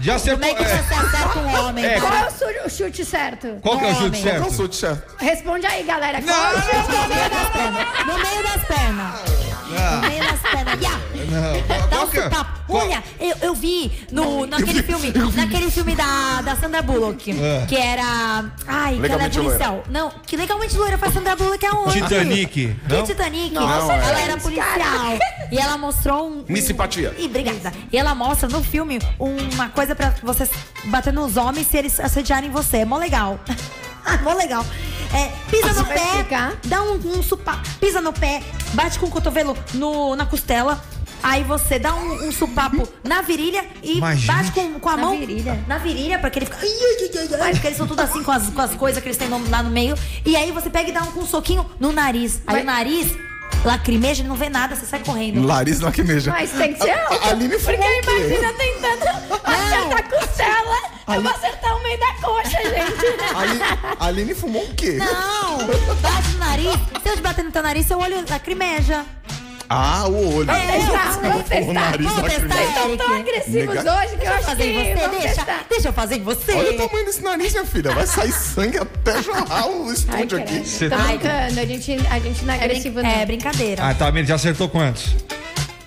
Speaker 4: Já-
Speaker 5: Já
Speaker 7: como
Speaker 5: acertou.
Speaker 7: é que
Speaker 5: é,
Speaker 7: você acerta um homem?
Speaker 5: É,
Speaker 4: Qual é o su- o chute certo?
Speaker 5: Qual que é o
Speaker 7: Homem.
Speaker 5: chute
Speaker 6: Qual é o
Speaker 5: certo?
Speaker 6: seu chefe?
Speaker 4: Responde aí, galera. Qual
Speaker 5: Não,
Speaker 4: é o chute
Speaker 7: No meio das pernas. No meio das pernas.
Speaker 5: Ah.
Speaker 7: no meio das pernas. Ya!
Speaker 5: Não.
Speaker 7: Dá
Speaker 5: Qual
Speaker 7: um
Speaker 5: que é?
Speaker 7: sopapo.
Speaker 5: Qual-
Speaker 7: Olha, eu, eu vi no, naquele filme, naquele filme da, da Sandra Bullock,
Speaker 5: É.
Speaker 7: que era. Ai, que ela é
Speaker 6: Legalmente Loira.
Speaker 7: policial. Não, que legalmente loira faz Sandra Bullock aonde?
Speaker 5: Titanic, não?
Speaker 7: Que Titanic?
Speaker 6: Não, é.
Speaker 7: ela era policial. E ela mostrou um.
Speaker 6: Miss Simpatia.
Speaker 7: Ih, obrigada. E ela mostra no filme uma coisa pra você bater nos homens se eles assediarem você. É mó legal. mó legal. É, pisa
Speaker 4: Você
Speaker 7: no
Speaker 4: vai
Speaker 7: pé,
Speaker 4: explicar?
Speaker 7: dá um, um supa, pisa no pé, bate com o cotovelo no, na costela. Aí você dá um, um supapo na virilha e
Speaker 5: Mas,
Speaker 7: bate
Speaker 5: gente.
Speaker 7: com, com a
Speaker 4: Na
Speaker 7: mão
Speaker 4: virilha.
Speaker 7: na virilha, pra que ele fica. Ai, ai, ai, ai, ai, porque eles são tudo assim com as, com as coisas que eles têm no- lá no meio. E aí você pega e dá um, com um soquinho no nariz. Aí
Speaker 4: Mas-
Speaker 7: o nariz lacrimeja, ele não vê nada, você sai correndo.
Speaker 6: Larissa lacrimeja.
Speaker 4: Mas tem que ser
Speaker 6: A-
Speaker 4: alto.
Speaker 6: a Aline
Speaker 4: Porque
Speaker 6: fumou o quê?
Speaker 4: imagina tentando acertar a costela. Eu vou acertar o meio da coxa, gente. né?
Speaker 6: A Aline, a Aline fumou o quê?
Speaker 7: Não! Bate no nariz. Se eu te bater no teu nariz, seu olho lacrimeja.
Speaker 6: Ah, o olho.
Speaker 7: É,
Speaker 4: Tá, vamos
Speaker 6: O
Speaker 4: testar.
Speaker 6: nariz
Speaker 7: Vamos testar
Speaker 6: lacrimeja.
Speaker 4: Vocês
Speaker 5: Tá
Speaker 4: estão tão agressivos
Speaker 6: Nega-
Speaker 4: hoje que eu
Speaker 7: Deixa eu
Speaker 4: acho
Speaker 7: fazer
Speaker 4: que
Speaker 7: em você,
Speaker 4: vamos
Speaker 7: deixa.
Speaker 4: testar.
Speaker 7: Deixa eu fazer em você.
Speaker 6: Olha o tamanho desse nariz, minha filha. Vai sair sangue até jorrar o
Speaker 4: Ai,
Speaker 6: estúdio
Speaker 4: credo.
Speaker 6: aqui.
Speaker 5: Você
Speaker 4: Tô
Speaker 5: tá-
Speaker 4: brincando, a gente, a gente não é
Speaker 7: é, brin-
Speaker 4: agressivo,
Speaker 7: é
Speaker 4: não.
Speaker 7: brincadeira.
Speaker 5: Ah, tá, Miriam, já acertou quantos?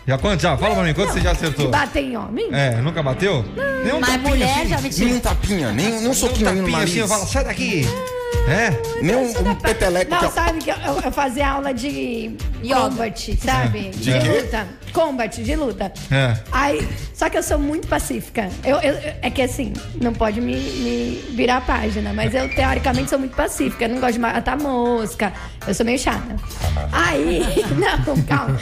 Speaker 5: Já quantos? Já? Fala pra mim, quantos você já acertou?
Speaker 4: Bater em homem?
Speaker 5: É, nunca bateu? Nenhum
Speaker 7: Mas
Speaker 5: tapinha
Speaker 7: mulher
Speaker 5: assim?
Speaker 7: já me tirou.
Speaker 6: tapinha, nem, nem um
Speaker 5: Nenhum tapinha assim, eu falo, sai daqui. É?
Speaker 6: nem um, um peteleco. que
Speaker 4: Não,
Speaker 6: é-
Speaker 4: sabe que eu, eu- eu fazia aula de
Speaker 7: Yoga.
Speaker 4: combat, sabe?
Speaker 6: De quê?
Speaker 4: luta. Combat, de luta.
Speaker 5: É.
Speaker 4: Aí, só que eu sou muito pacífica. Eu, eu- eu- é que assim, não pode me, me virar a página, mas eu teoricamente sou muito pacífica. Eu não gosto de matar mosca. Eu sou meio chata. Aí, não, calma.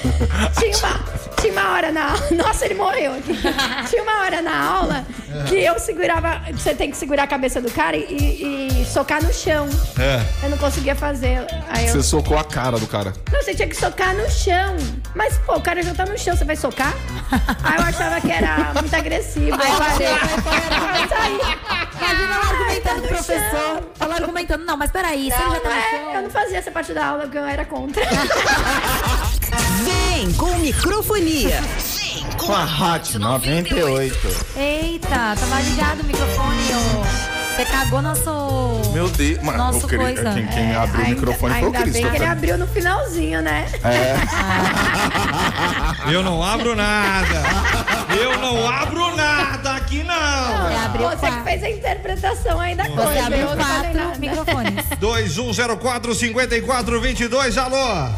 Speaker 4: Tinha uma, tinha uma hora na aula. Nossa, ele morreu aqui. Tinha uma hora na aula que eu segurava. Você tem que segurar a cabeça do cara e, e- e socar no chão.
Speaker 5: É.
Speaker 4: Eu não conseguia fazer. Aí eu.
Speaker 6: Você socou a cara do cara.
Speaker 4: Não, você tinha que socar no chão. Mas, pô, o cara já tá no chão, você vai socar? Aí eu achava que era muito agressivo. Aí eu parei. Eu saí.
Speaker 7: Imagina ela
Speaker 4: Ai,
Speaker 7: argumentando
Speaker 4: tá
Speaker 7: o
Speaker 4: no
Speaker 7: professor. Ela argumentando, não, mas peraí, você
Speaker 4: Não,
Speaker 7: já tá no
Speaker 4: não é. Eu
Speaker 7: chão.
Speaker 4: não fazia essa parte da aula, porque eu era contra.
Speaker 3: Vem com microfonia.
Speaker 8: Vem com,
Speaker 6: Com a Hot 98.
Speaker 7: Eita, tava ligado o microfone. ô. Você cagou nosso.
Speaker 6: Meu Deus. Mano,
Speaker 7: Nossa
Speaker 6: o Cri-
Speaker 7: coisa.
Speaker 6: Quem, quem abriu o
Speaker 4: É, Ainda-
Speaker 6: microfone foi o tá
Speaker 4: Ainda
Speaker 6: Cristo. né?
Speaker 4: bem
Speaker 6: É.
Speaker 4: que ele
Speaker 6: cara.
Speaker 4: abriu no finalzinho, né?
Speaker 5: Eu não abro nada. Eu não abro nada aqui, não.
Speaker 7: Você abriu
Speaker 4: Você que
Speaker 7: quatro.
Speaker 4: fez a interpretação aí da coisa.
Speaker 7: Você abriu
Speaker 4: eu não falei nada.
Speaker 7: quatro microfones.
Speaker 5: 2104 5422, alô?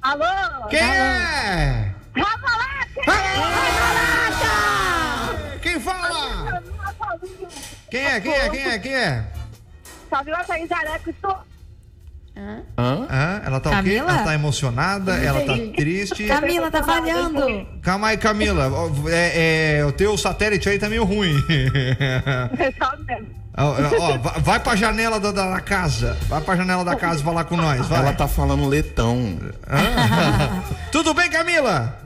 Speaker 5: Alô? Quem é? Ravalata! Quem fala? Quem é, quem é, quem é, quem é? Hã? ela tá o quê?
Speaker 7: Camila?
Speaker 5: Ela tá emocionada, ela tá triste.
Speaker 7: Camila, tá falhando.
Speaker 4: Um
Speaker 5: Calma aí, Camila. Ó, É, é, o teu satélite aí tá meio ruim. Ó, ó, va- vai pra janela da, da- da casa. Vai pra janela da casa falar com nós. vai.
Speaker 6: Ela tá falando letão.
Speaker 5: Tudo bem, Camila?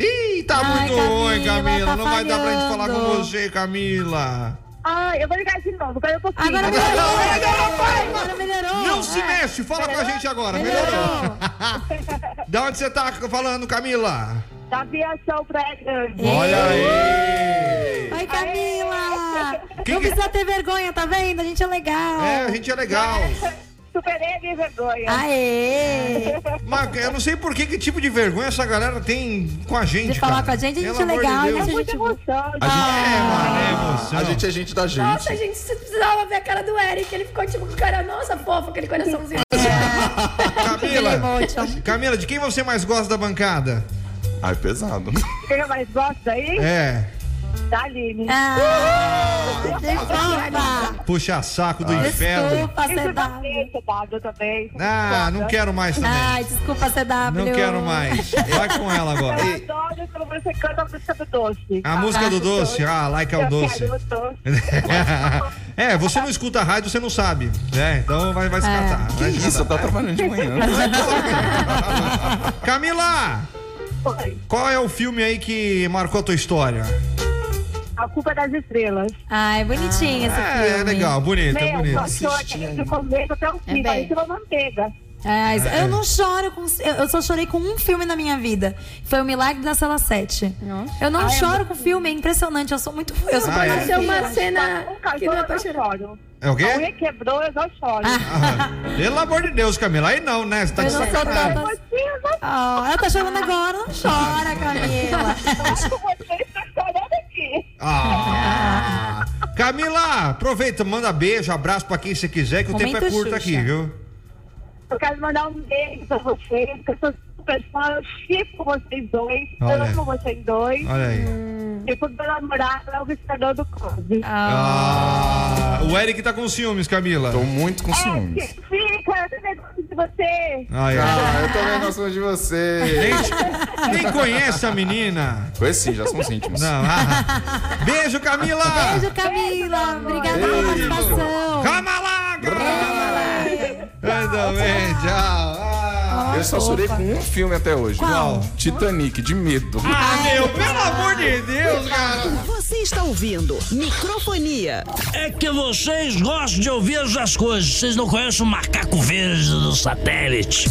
Speaker 5: Ih, tá
Speaker 7: Ai,
Speaker 5: muito ruim,
Speaker 7: Camila,
Speaker 5: Camila.
Speaker 7: tá
Speaker 5: Não vai dar pra gente falar com
Speaker 7: falhando.
Speaker 5: você, Camila.
Speaker 9: Ah, eu vou ligar de novo, agora eu pouquinho.
Speaker 7: Agora melhorou. Agora melhorou.
Speaker 5: Não se mexe, fala com a gente agora. Melhorou.
Speaker 7: Melhorou.
Speaker 5: Da onde você tá falando, Camila?
Speaker 9: Da aviação pra grande.
Speaker 5: Olha aí.
Speaker 7: Oi, Camila.
Speaker 5: Quem
Speaker 7: Não
Speaker 5: que-
Speaker 7: precisa ter vergonha, tá vendo? A gente é legal.
Speaker 5: É, a gente é legal.
Speaker 9: Superei a minha vergonha.
Speaker 7: Aê!
Speaker 5: Mas eu não sei por que, que tipo de vergonha essa galera tem com a gente.
Speaker 7: De falar
Speaker 5: cara.
Speaker 7: com a gente, a gente
Speaker 5: Pelo
Speaker 7: é
Speaker 5: amor
Speaker 7: legal,
Speaker 5: De Deus.
Speaker 7: né?
Speaker 9: Muita emoção.
Speaker 6: A gente,
Speaker 5: É, mano, é emoção.
Speaker 6: a gente é gente da gente.
Speaker 4: Nossa, gente, você precisava ver a cara do Eric. Ele ficou tipo com cara, nossa, fofo, aquele coraçãozinho.
Speaker 7: É,
Speaker 6: tá
Speaker 5: Camila,
Speaker 7: emotion.
Speaker 5: Camila, de quem você mais gosta da bancada?
Speaker 6: Ai, pesado.
Speaker 9: Quem mais gosta aí?
Speaker 5: É,
Speaker 9: Da Aline.
Speaker 7: Ah, que fofa!
Speaker 5: puxa saco
Speaker 6: Ah,
Speaker 5: do inferno.
Speaker 7: Ah, Desculpa,
Speaker 9: Isso
Speaker 7: CW.
Speaker 9: também, Sedado, também.
Speaker 5: Ah, não quero mais também.
Speaker 7: Ai, desculpa, CW.
Speaker 5: Não quero mais. Vai com ela agora.
Speaker 9: Eu adoro quando Então, você canta a música do doce. Então,
Speaker 5: A música do doce, ah, like é o
Speaker 9: Eu
Speaker 5: doce.
Speaker 9: quero o doce.
Speaker 5: É, você não escuta a rádio, você não sabe. né? então vai, vai se
Speaker 7: É.
Speaker 5: catar.
Speaker 6: Que
Speaker 5: vai se
Speaker 6: isso,
Speaker 5: catar.
Speaker 6: tá trabalhando de manhã.
Speaker 5: Camila,
Speaker 9: Foi.
Speaker 5: qual é o filme aí que marcou a tua história?
Speaker 9: A culpa é das estrelas.
Speaker 7: Ai, bonitinho esse
Speaker 5: É,
Speaker 7: filme.
Speaker 5: legal, bonito, é
Speaker 9: Meu,
Speaker 5: bonito.
Speaker 9: passou aqui do começo até o fim,
Speaker 4: É bem.
Speaker 9: parece uma manteiga.
Speaker 7: É, eu não choro com. Eu eu só chorei com um filme na minha vida. Foi o Milagre da Sala 7.
Speaker 4: Nossa.
Speaker 7: Eu não choro com filme, é impressionante. Eu sou muito. Eu sou
Speaker 5: Ah, é?
Speaker 4: Mas é uma
Speaker 9: Tá
Speaker 4: cena
Speaker 9: com
Speaker 4: que não
Speaker 9: cachorro,
Speaker 4: é
Speaker 9: eu
Speaker 4: pra
Speaker 9: já
Speaker 4: chorar.
Speaker 9: choro.
Speaker 5: É o
Speaker 9: A
Speaker 5: quê?
Speaker 9: unha quebrou, eu já choro.
Speaker 5: Ah, Pelo amor de Deus, Camila. Aí não, né? Você tá
Speaker 7: tá? Eu
Speaker 5: de
Speaker 7: não sou
Speaker 5: sacanagem.
Speaker 7: tanta. Oh, ela tá chorando agora, não chora, Camila.
Speaker 9: Você está tá chorando aqui.
Speaker 5: Ah. Camila, aproveita, manda beijo, abraço pra quem você quiser, que o tempo é
Speaker 7: Momento
Speaker 5: curto
Speaker 7: Xuxa.
Speaker 5: aqui, viu?
Speaker 9: Eu quero mandar um beijo pra vocês, que eu sou super fã, eu chico vocês dois,
Speaker 5: Olha.
Speaker 9: eu amo vocês dois.
Speaker 4: Ah.
Speaker 5: Olha aí.
Speaker 7: Hum.
Speaker 9: Tipo, meu namorado é o vestigador do Cosme.
Speaker 5: Ah, o Eric tá com ciúmes, Camila.
Speaker 6: Tô muito com
Speaker 9: É,
Speaker 6: ciúmes.
Speaker 9: fica, eu também gosto de você.
Speaker 5: Ah, é.
Speaker 6: Ah, eu também gosto de você.
Speaker 5: Nem- Nem conhece a menina.
Speaker 6: Conheci, já somos íntimos.
Speaker 5: Não, ah. Beijo, Camila.
Speaker 7: Beijo, Camila. Obrigada pela
Speaker 6: Beijo.
Speaker 7: participação.
Speaker 5: Calma lá, Camila. Anda bem, tchau. Ah,
Speaker 6: Eu só chorei com um filme até hoje.
Speaker 7: Qual?
Speaker 6: Titanic, de medo.
Speaker 5: Ah, meu, pelo amor de Deus, cara.
Speaker 3: Você está ouvindo Microfonia.
Speaker 2: É que vocês gostam de ouvir essas coisas. Vocês não conhecem o macaco verde do satélite.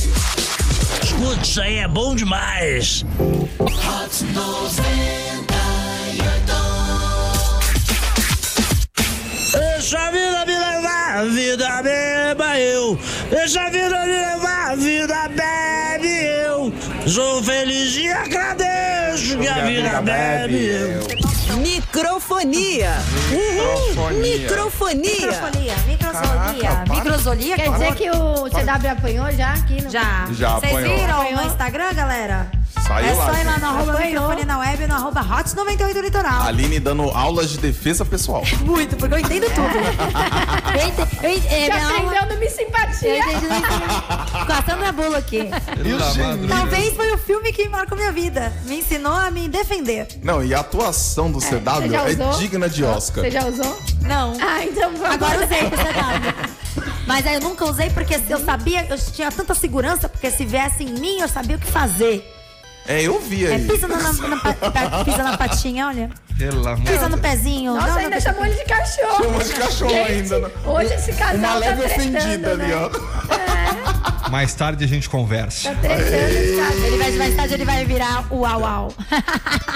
Speaker 2: Escute, isso aí é bom demais. Deixa a vida me levar, vida beba eu. Deixa a vida me levar, vida bebe eu. Sou feliz e agradeço que a vida bebe eu.
Speaker 3: Microfonia. Uhul. Microfonia.
Speaker 7: Microfolia, microsolia.
Speaker 6: Caraca, para.
Speaker 7: microsolia
Speaker 4: Quer dizer que o CW apanhou já aqui? No...
Speaker 7: Já.
Speaker 6: Já
Speaker 7: tá. Vocês
Speaker 6: apanhou.
Speaker 7: viram no Instagram, galera?
Speaker 6: Saiu
Speaker 7: é
Speaker 6: lá,
Speaker 7: só ir lá
Speaker 6: gente.
Speaker 7: no arroba
Speaker 4: Apanhou.
Speaker 7: microfone na web e no arroba hot 98 litoral.
Speaker 6: Aline dando aulas de defesa pessoal.
Speaker 7: Muito, porque eu entendo tudo. eu entendo, eu entendo,
Speaker 4: Já
Speaker 7: não,
Speaker 4: aprendeu no Me Simpatia.
Speaker 7: eu entendo, eu entendo. Com a Sandra Bullock.
Speaker 6: E o
Speaker 5: é
Speaker 6: gênio.
Speaker 7: Talvez foi o filme que marcou minha vida. Me ensinou a me defender.
Speaker 6: Não, e a atuação do
Speaker 4: Você
Speaker 6: CW
Speaker 4: já
Speaker 6: é
Speaker 4: usou?
Speaker 6: digna de Oscar.
Speaker 4: Você já usou?
Speaker 7: Não.
Speaker 4: Ah, então vamos.
Speaker 7: Agora usei, você sabe. Mas aí eu nunca usei porque eu sabia, eu tinha tanta segurança, porque se viesse em mim, eu sabia o que fazer.
Speaker 6: É, eu vi
Speaker 7: É,
Speaker 6: aí.
Speaker 7: pisa, na, na- na pa- pa- pisa na patinha, olha.
Speaker 5: Pelo amor
Speaker 7: Pisa no pezinho.
Speaker 4: Nossa,
Speaker 7: Não, não,
Speaker 4: ainda
Speaker 7: deixa-
Speaker 4: chamou ele de cachorro.
Speaker 6: Chamou de cachorro
Speaker 4: Gente,
Speaker 6: ainda. né?
Speaker 4: Hoje esse casal
Speaker 6: Uma
Speaker 4: tá
Speaker 6: leve
Speaker 4: tretando,
Speaker 6: ofendida
Speaker 4: né?
Speaker 6: ali, ó.
Speaker 5: Mais tarde a gente conversa.
Speaker 4: Tá tretando,
Speaker 7: Ele vai, mais tarde ele vai virar o au au.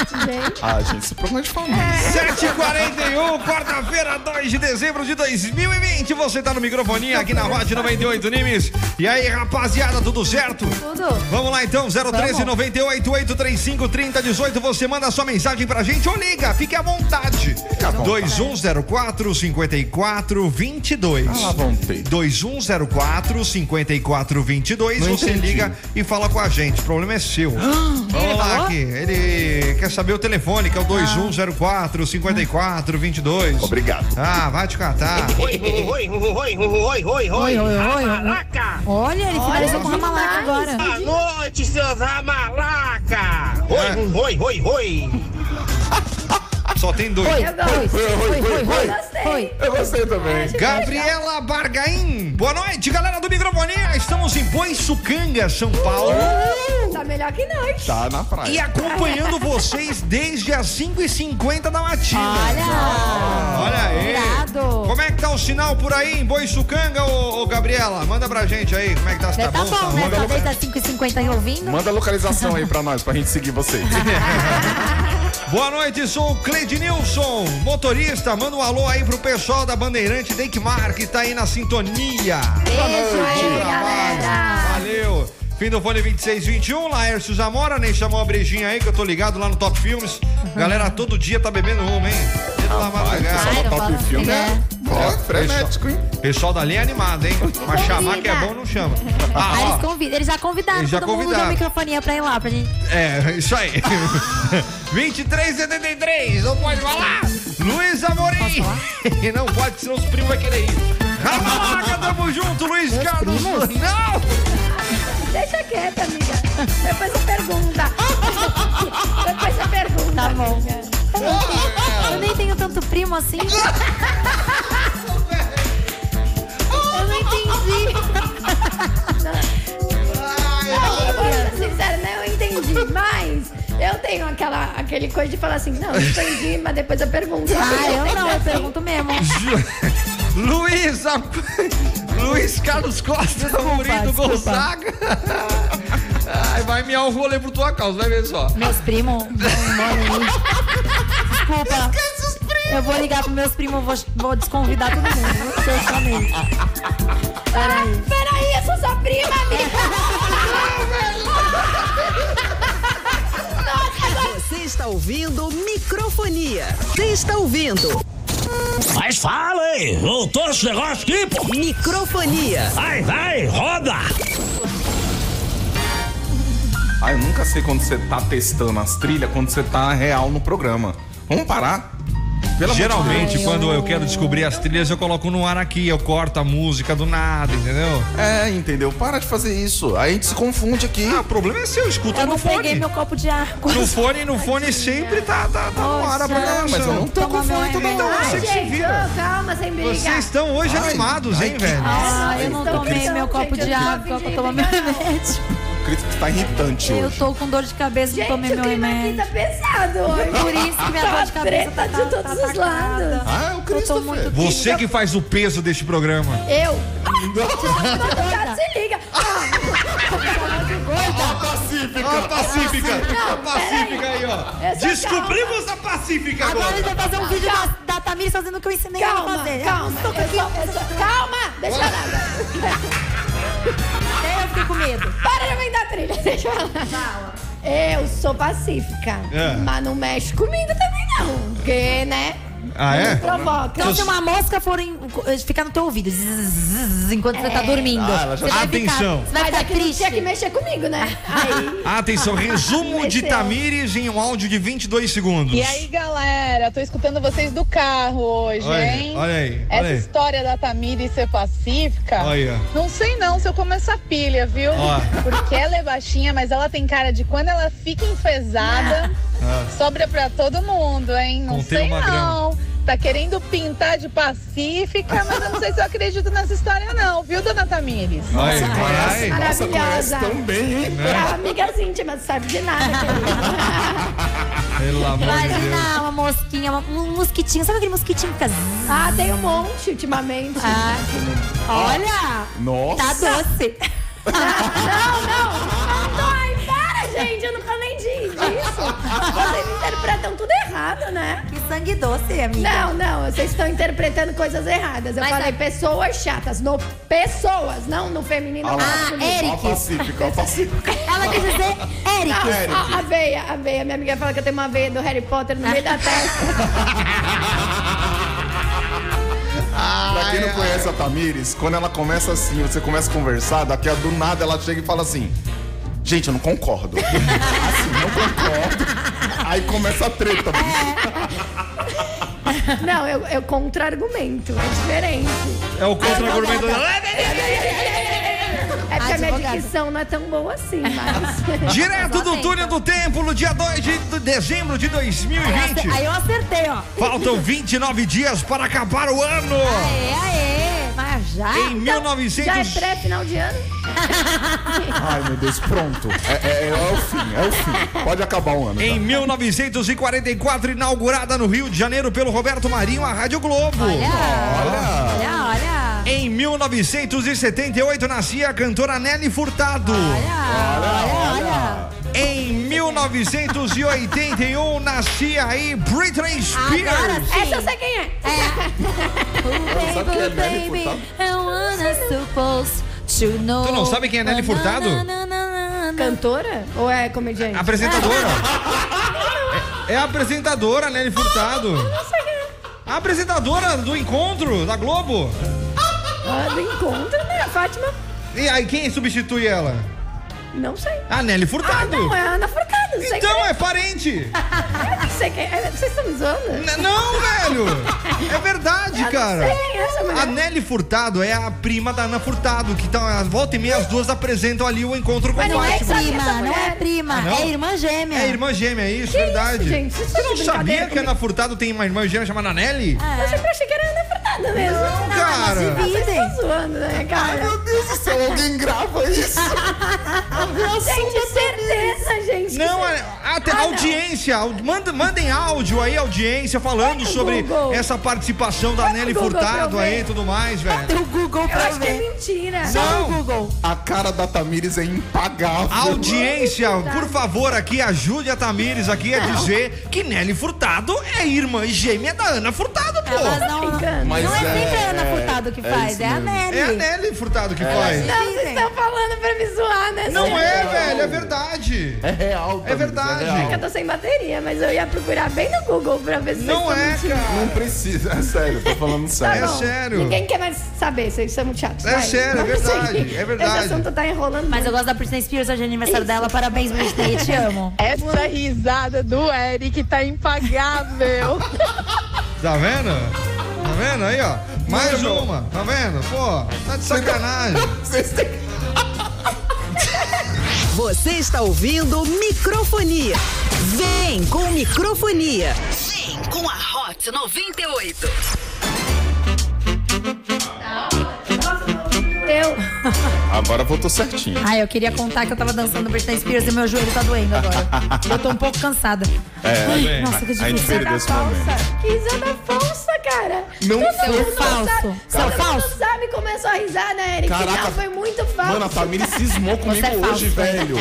Speaker 4: sabe, gente?
Speaker 6: Ah, gente, isso é problema de família.
Speaker 5: 7h41, quarta-feira, 2 de dezembro de 2020. Você tá no microfoninho aqui na Rádio 98 Nimes. E aí, rapaziada, tudo certo?
Speaker 7: Tudo.
Speaker 5: Vamos lá então, 013 98 835 3018. Você manda sua mensagem pra gente ou liga, fique à vontade.
Speaker 6: à vontade.
Speaker 5: 2104 5422.
Speaker 6: Ah, voltei.
Speaker 5: 2104 5422.
Speaker 6: Não
Speaker 5: Você
Speaker 6: entendi.
Speaker 5: liga e fala com a gente. O problema é seu. Vamos lá aqui. Ele quer saber o telefone, que é o 2104 5422.
Speaker 6: Obrigado.
Speaker 5: Ah, vai te catar.
Speaker 10: Oi, oi, oi, oi,
Speaker 7: Oi,
Speaker 10: oi,
Speaker 7: oi, oi.
Speaker 10: Ramalaca!
Speaker 7: Olha, ele finalizou tá com
Speaker 4: tá
Speaker 7: uma malaca
Speaker 4: demais.
Speaker 7: agora.
Speaker 10: Boa noite, seus ramalaca! Oi, oi, oi, oi!
Speaker 5: Só tem dois.
Speaker 7: Oi,
Speaker 4: Eu gosto.
Speaker 6: Oi, oi, oi, oi.
Speaker 4: Gostei.
Speaker 7: Oi.
Speaker 6: Eu gostei também.
Speaker 4: Acho legal.
Speaker 5: Gabriela Bargaim, boa noite, galera do Microfonia. Estamos em Boiçucanga, São Paulo.
Speaker 4: Tá melhor que nós.
Speaker 6: Tá na praia.
Speaker 5: E acompanhando vocês desde as 5h50 da matina.
Speaker 7: Olha.
Speaker 5: Olha aí.
Speaker 7: Irado.
Speaker 5: Como é que tá o sinal por aí em Boiçucanga, ô, ô Gabriela? Manda pra gente aí como é que tá, se
Speaker 7: Tá
Speaker 5: tá bom, se tá
Speaker 7: bom, né?
Speaker 5: ruim.
Speaker 7: Só desde as 5h50 ouvindo.
Speaker 6: Manda a localização aí pra nós, pra gente seguir vocês.
Speaker 5: Boa noite, sou o Cleidnilson, motorista. Manda um alô aí pro pessoal da Bandeirante Denkmar, que tá aí na sintonia.
Speaker 7: Beijo aí, galera.
Speaker 5: Valeu. Fim do fone 2621, Laércio Zamora, nem chamou a brejinha aí, que eu tô ligado lá no Top Filmes. Galera, todo dia tá bebendo uma, hein? Dentro da madrugada.
Speaker 6: Só
Speaker 7: Ai, não
Speaker 6: no top
Speaker 7: fala assim,
Speaker 6: filme.
Speaker 7: né?
Speaker 6: Ó, frenético, hein?
Speaker 5: Pessoal dali é animado, hein? Mas chamar que é bom não chama. Ah,
Speaker 7: Aí
Speaker 5: ó.
Speaker 7: eles convidam, eles já convidaram
Speaker 5: Eles já
Speaker 7: todo mundo
Speaker 5: convidaram.
Speaker 7: da microfonia pra ir lá, pra gente.
Speaker 5: É, isso aí. 2373, não pode falar. Luiz Amorim. Não pode, senão os primos vai querer ir. Ramalaga, tamo junto, Luiz Carlos. Não!
Speaker 4: Deixa quieta, amiga. Depois você pergunta. Depois você pergunta.
Speaker 7: Tá bom.
Speaker 4: amiga.
Speaker 7: Eu nem tenho tanto primo assim. Eu não entendi.
Speaker 4: Eu vou ser sincera, né? Eu entendi. Mas eu tenho aquela, aquele coisa de falar assim, não, entendi, mas depois eu pergunto.
Speaker 7: Ah, eu não, eu pergunto mesmo.
Speaker 5: Luiz, a- Luiz Carlos Costa, Murilo
Speaker 7: desculpa.
Speaker 5: Gonzaga. Ai, vai miar o rolê por tua causa, vai ver só.
Speaker 7: Meus primos não moram aí. Desculpa. Eu vou ligar pros meus primos, vou, vou desconvidar todo mundo. Eu sou meio. Peraí.
Speaker 4: Peraí, eu sou sua prima,
Speaker 3: Você está ouvindo microfonia. Você está ouvindo
Speaker 1: Mas fala aí, voltou esse negócio aqui, pô.
Speaker 3: microfonia.
Speaker 1: Vai, vai, roda.
Speaker 6: Ah, eu nunca sei quando você tá testando as trilhas, quando você tá real no programa. Vamos parar? Pelo amor de
Speaker 5: Geralmente,
Speaker 6: Deus.
Speaker 5: quando eu quero descobrir as trilhas, eu coloco no ar aqui, eu corto a música do nada, entendeu?
Speaker 6: É, entendeu? Para de fazer isso. Aí a gente se confunde aqui.
Speaker 5: Ah, o problema é seu, escuta
Speaker 7: Eu
Speaker 5: no
Speaker 7: não peguei
Speaker 5: fone.
Speaker 7: meu copo de água.
Speaker 5: No fone, no fone sempre tá, tá, tá no ar a
Speaker 7: Nossa,
Speaker 5: programação.
Speaker 6: mas eu não tô
Speaker 7: Ah, Toma
Speaker 6: com fone
Speaker 7: meu
Speaker 6: toda
Speaker 7: remédio.
Speaker 6: hora.
Speaker 4: Ai,
Speaker 5: você que se
Speaker 4: Ah, gente,
Speaker 5: vira.
Speaker 4: ô, calma, sem brigar.
Speaker 5: Vocês estão hoje
Speaker 6: Ai,
Speaker 5: animados,
Speaker 6: ai,
Speaker 5: hein,
Speaker 6: que-
Speaker 5: velho?
Speaker 7: Ah, eu não
Speaker 4: Ai,
Speaker 7: tomei
Speaker 4: então,
Speaker 7: meu copo
Speaker 4: gente,
Speaker 7: de
Speaker 4: eu tô
Speaker 7: água pra
Speaker 4: fingindo
Speaker 7: tomar meu
Speaker 4: que não.
Speaker 7: remédio.
Speaker 6: O Cris tá irritante
Speaker 7: Eu
Speaker 6: hoje.
Speaker 7: tô com dor de cabeça, não
Speaker 4: Gente,
Speaker 7: tomei
Speaker 4: o
Speaker 7: meu
Speaker 4: clima aqui
Speaker 7: remédio.
Speaker 4: tá pesado hoje.
Speaker 7: Por isso que minha
Speaker 4: Tá
Speaker 7: dor de cabeça tá
Speaker 4: treta de todos os lados.
Speaker 6: Ah, é o Cris,
Speaker 7: Eu tô muito
Speaker 6: velho.
Speaker 5: Você que faz o peso deste programa.
Speaker 4: Eu. Madrugada, se liga.
Speaker 6: Ó a Pacífica!
Speaker 5: Ó a Ah, Pacífica! Ó a
Speaker 4: peraí.
Speaker 5: Pacífica aí, ó.
Speaker 4: Eu sou
Speaker 5: Descobrimos a Pacífica
Speaker 7: Agora
Speaker 5: agora.
Speaker 7: ele vai fazer um vídeo da, da Tamires fazendo o que eu ensinei ela a
Speaker 4: Calma,
Speaker 7: fazer.
Speaker 4: calma. Eu sou, eu sou, calma, deixa eu falar.
Speaker 7: Até eu fiquei com medo.
Speaker 4: Para de inventar trilha, deixa eu falar. É, Eu sou pacífica,
Speaker 5: É.
Speaker 4: mas não mexe comigo também não. Porque, né?
Speaker 5: Ah, é?
Speaker 4: Me provoca.
Speaker 7: Então, se uma mosca for em- ficar no teu ouvido, zzz, zzz, enquanto você tá dormindo,
Speaker 6: Ah, ela já-
Speaker 7: você vai
Speaker 5: Atenção.
Speaker 7: ficar, você vai
Speaker 4: Mas
Speaker 7: ficar
Speaker 4: aqui não
Speaker 7: triste.
Speaker 4: tinha que mexer comigo, né? Aí...
Speaker 5: Ah, Atenção, resumo de
Speaker 4: Mexeu.
Speaker 5: Tamires em um áudio de 22 segundos.
Speaker 11: E aí, galera, tô escutando vocês do carro hoje,
Speaker 5: Olha,
Speaker 11: hein?
Speaker 5: olha aí,
Speaker 11: Essa
Speaker 5: olha aí.
Speaker 11: história da Tamiri ser pacífica,
Speaker 5: Olha aí, ó.
Speaker 11: não sei não se eu como essa pilha, viu?
Speaker 5: Ó.
Speaker 11: Porque ela é baixinha, mas ela tem cara de quando ela fica enfesada,
Speaker 5: Ah.
Speaker 11: sobra pra todo mundo, hein? Não
Speaker 5: Contei
Speaker 11: sei
Speaker 5: uma
Speaker 11: não. Tá querendo pintar de pacífica, mas eu não sei se eu acredito nessa história não, viu, dona Tamires?
Speaker 5: Vai,
Speaker 6: Nossa,
Speaker 5: vai.
Speaker 6: conhece-
Speaker 4: Maravilhosa.
Speaker 6: nossa,
Speaker 4: É
Speaker 6: conhece tão bem, hein?
Speaker 4: Virava amigas íntimas, não sabe de nada. querida.
Speaker 5: Pelo amor de Deus.
Speaker 7: Imagina uma mosquinha, uma- um mosquitinho. Sabe aquele mosquitinho que fica... zzz?
Speaker 4: ah, tem um monte ultimamente.
Speaker 7: Ah, olha!
Speaker 6: Nossa!
Speaker 7: Tá doce.
Speaker 4: Ah, Não, não! Não, ai, para, gente! Eu não falei de- disso! Vocês interpretam tudo errado, né?
Speaker 7: Que sangue doce, amiga.
Speaker 4: Não, não, vocês estão interpretando coisas erradas. Eu
Speaker 7: Mas
Speaker 4: falei
Speaker 7: a-
Speaker 4: pessoas chatas, no pessoas, não no feminino.
Speaker 6: Ah,
Speaker 7: Ah,
Speaker 4: não no masculino.
Speaker 6: Ó a
Speaker 7: Eric.
Speaker 6: Pacífica, ó a Pacífica.
Speaker 7: Ela quer dizer Eric.
Speaker 6: Eric.
Speaker 4: Ah, a, a veia, a veia. Minha amiga fala que eu tenho uma veia do Harry Potter no meio da testa.
Speaker 6: Pra quem não conhece a Tamires, quando ela começa assim, você começa a conversar, daqui a do nada ela chega e fala assim: Gente, eu não concordo. assim, não concordo. Aí começa a treta.
Speaker 4: Não, eu, eu contra-argumento. É diferente.
Speaker 5: É o contra-argumento dela.
Speaker 4: É porque a minha
Speaker 7: Advogada.
Speaker 4: dicção não é tão boa assim, mas.
Speaker 5: Direto do túnel do tempo, no dia 2 de de dezembro de
Speaker 7: Aí eu acer-
Speaker 5: 2020.
Speaker 7: Aí eu acertei, ó.
Speaker 5: Faltam 29 dias para acabar o ano.
Speaker 7: Aê, aê. Mas já?
Speaker 5: Em
Speaker 4: Já é
Speaker 5: 1900.
Speaker 4: pré-final de ano?
Speaker 6: Ai, meu Deus, pronto. É, é- é o fim, é o fim. Pode acabar o ano. tá?
Speaker 5: Em 1944, inaugurada no Rio de Janeiro pelo Roberto Marinho, a Rádio Globo.
Speaker 6: Ah.
Speaker 7: Olha. Olha, olha.
Speaker 5: Em 1978, nascia a cantora Nelly Furtado.
Speaker 7: Olha, olha.
Speaker 5: Em 1981, nascia aí Britney
Speaker 7: Agora
Speaker 5: Spears.
Speaker 7: sim.
Speaker 4: Essa eu sei quem é.
Speaker 6: sabe quem é Nelly
Speaker 7: baby,
Speaker 6: Furtado?
Speaker 7: I wanna supposed to know.
Speaker 5: Tu não sabe quem é Nelly Furtado?
Speaker 7: Na, na, na, na, na.
Speaker 4: Cantora ou é comediante?
Speaker 5: Apresentadora. É, é a apresentadora Nelly Furtado.
Speaker 7: é.
Speaker 5: A apresentadora do encontro da Globo.
Speaker 4: Ah, do encontro, né? A Fátima?
Speaker 5: E aí, quem substitui ela?
Speaker 4: Não sei.
Speaker 5: A Nelly
Speaker 4: Ah,
Speaker 5: Furtado.
Speaker 4: não, é a Ana Furtado. Sei
Speaker 5: Então
Speaker 4: quem
Speaker 5: é parente.
Speaker 4: é. Sei quem é. Vocês estão me zoando?
Speaker 5: N- Não, velho! É verdade, cara!
Speaker 4: sei quem é essa mulher.
Speaker 5: a Nelly Furtado é a prima da Ana Furtado, que tá, volta e meia as duas apresentam ali o encontro com
Speaker 4: Mas
Speaker 5: o
Speaker 7: Não é
Speaker 4: Sabe essa
Speaker 7: prima, não é
Speaker 4: mulher?
Speaker 7: prima,
Speaker 5: não?
Speaker 7: é irmã gêmea.
Speaker 5: É irmã gêmea, é isso?
Speaker 4: Que
Speaker 5: verdade.
Speaker 4: isso, gente? Vocês
Speaker 5: Você
Speaker 4: estão
Speaker 5: não
Speaker 4: de
Speaker 5: sabia
Speaker 4: brincadeira Ah,
Speaker 5: que a Ana Furtado tem uma irmã gêmea chamada Nelly?
Speaker 4: Eu sempre achei que era a Ana Furtado mesmo.
Speaker 5: Não, cara! Ah,
Speaker 4: Ah, Vocês estão zoando, né,
Speaker 6: Ai,
Speaker 4: cara?
Speaker 6: meu Deus do céu, alguém grava isso?
Speaker 4: Gente, certeza, gente. que
Speaker 5: Não,
Speaker 4: vocês-
Speaker 5: a, até
Speaker 4: Ah, não.
Speaker 5: audiência, au- manda, mandem áudio aí, audiência, falando
Speaker 4: Vai no
Speaker 5: sobre
Speaker 4: Google.
Speaker 5: essa participação da
Speaker 4: Vai no
Speaker 5: Nelly
Speaker 4: Google pra
Speaker 5: Furtado
Speaker 4: eu ver.
Speaker 5: aí e tudo mais, velho.
Speaker 7: O Google
Speaker 4: Eu
Speaker 7: pra
Speaker 4: acho que é
Speaker 7: ver.
Speaker 4: mentira.
Speaker 3: Então,
Speaker 7: Só o Google.
Speaker 6: A cara da Tamires é impagável.
Speaker 5: Audiência, por favor, aqui ajude a Tamires aqui a dizer que Nelly Furtado é irmã gêmea da Ana Furtado, pô.
Speaker 7: Elas Ah, não,
Speaker 4: brincando.
Speaker 7: não é
Speaker 6: Mas
Speaker 7: sempre
Speaker 6: é-
Speaker 7: a Ana Furtado que
Speaker 6: é
Speaker 7: faz,
Speaker 6: isso
Speaker 7: é, a
Speaker 6: mesmo.
Speaker 7: Nelly.
Speaker 5: É a Nelly Furtado que faz.
Speaker 4: Não, vocês
Speaker 7: Dizem.
Speaker 4: estão falando pra me zoar, né?
Speaker 5: Não
Speaker 4: Vocês-
Speaker 5: é, velho, é verdade.
Speaker 6: É real, Tamires,
Speaker 5: verdade.
Speaker 6: real.
Speaker 4: Eu tô sem bateria, mas eu ia procurar bem no Google pra ver se
Speaker 5: Não é,
Speaker 4: vocês estão mentindo.
Speaker 6: Não
Speaker 5: cara.
Speaker 6: precisa, é sério, tô falando
Speaker 4: Tá
Speaker 6: sério.
Speaker 5: É
Speaker 4: bom.
Speaker 5: sério.
Speaker 4: Ninguém quer mais saber, vocês são muito chatos.
Speaker 5: É
Speaker 4: vai.
Speaker 5: sério, é
Speaker 4: Vamos
Speaker 5: verdade,
Speaker 4: seguir.
Speaker 5: é verdade.
Speaker 4: Esse assunto tá enrolando.
Speaker 7: Mas eu
Speaker 4: muito.
Speaker 7: gosto da Britney Spears hoje é aniversário dela. Parabéns, Britney, te amo.
Speaker 11: Essa é risada do Eric tá impagável.
Speaker 5: Tá vendo? Tá vendo aí, ó? Mais
Speaker 6: Mano.
Speaker 5: uma, tá vendo? Pô, tá de sacanagem.
Speaker 6: Vocês têm que-
Speaker 3: Você está ouvindo microfonia. Vem com microfonia.
Speaker 8: Vem com a Hot 98.
Speaker 4: Eu,
Speaker 6: Agora voltou certinho.
Speaker 7: Ai, eu queria contar que eu tava dançando Britney Spears e meu joelho tá doendo agora. Eu tô um pouco cansada.
Speaker 6: É,
Speaker 7: Ai,
Speaker 5: bem,
Speaker 7: nossa, que
Speaker 6: a gente
Speaker 7: difícil.
Speaker 6: perdeu esse momento.
Speaker 4: que risada falsa, cara.
Speaker 6: Não foi
Speaker 4: mundo
Speaker 7: falso.
Speaker 4: Sabe,
Speaker 7: São
Speaker 4: todo
Speaker 7: falso.
Speaker 4: mundo sabe como é sua risada, Eric.
Speaker 6: Caraca.
Speaker 4: Não, foi muito falso.
Speaker 6: Mano, a Tamires cismou comigo
Speaker 7: é falso,
Speaker 6: hoje,
Speaker 7: né?
Speaker 6: velho.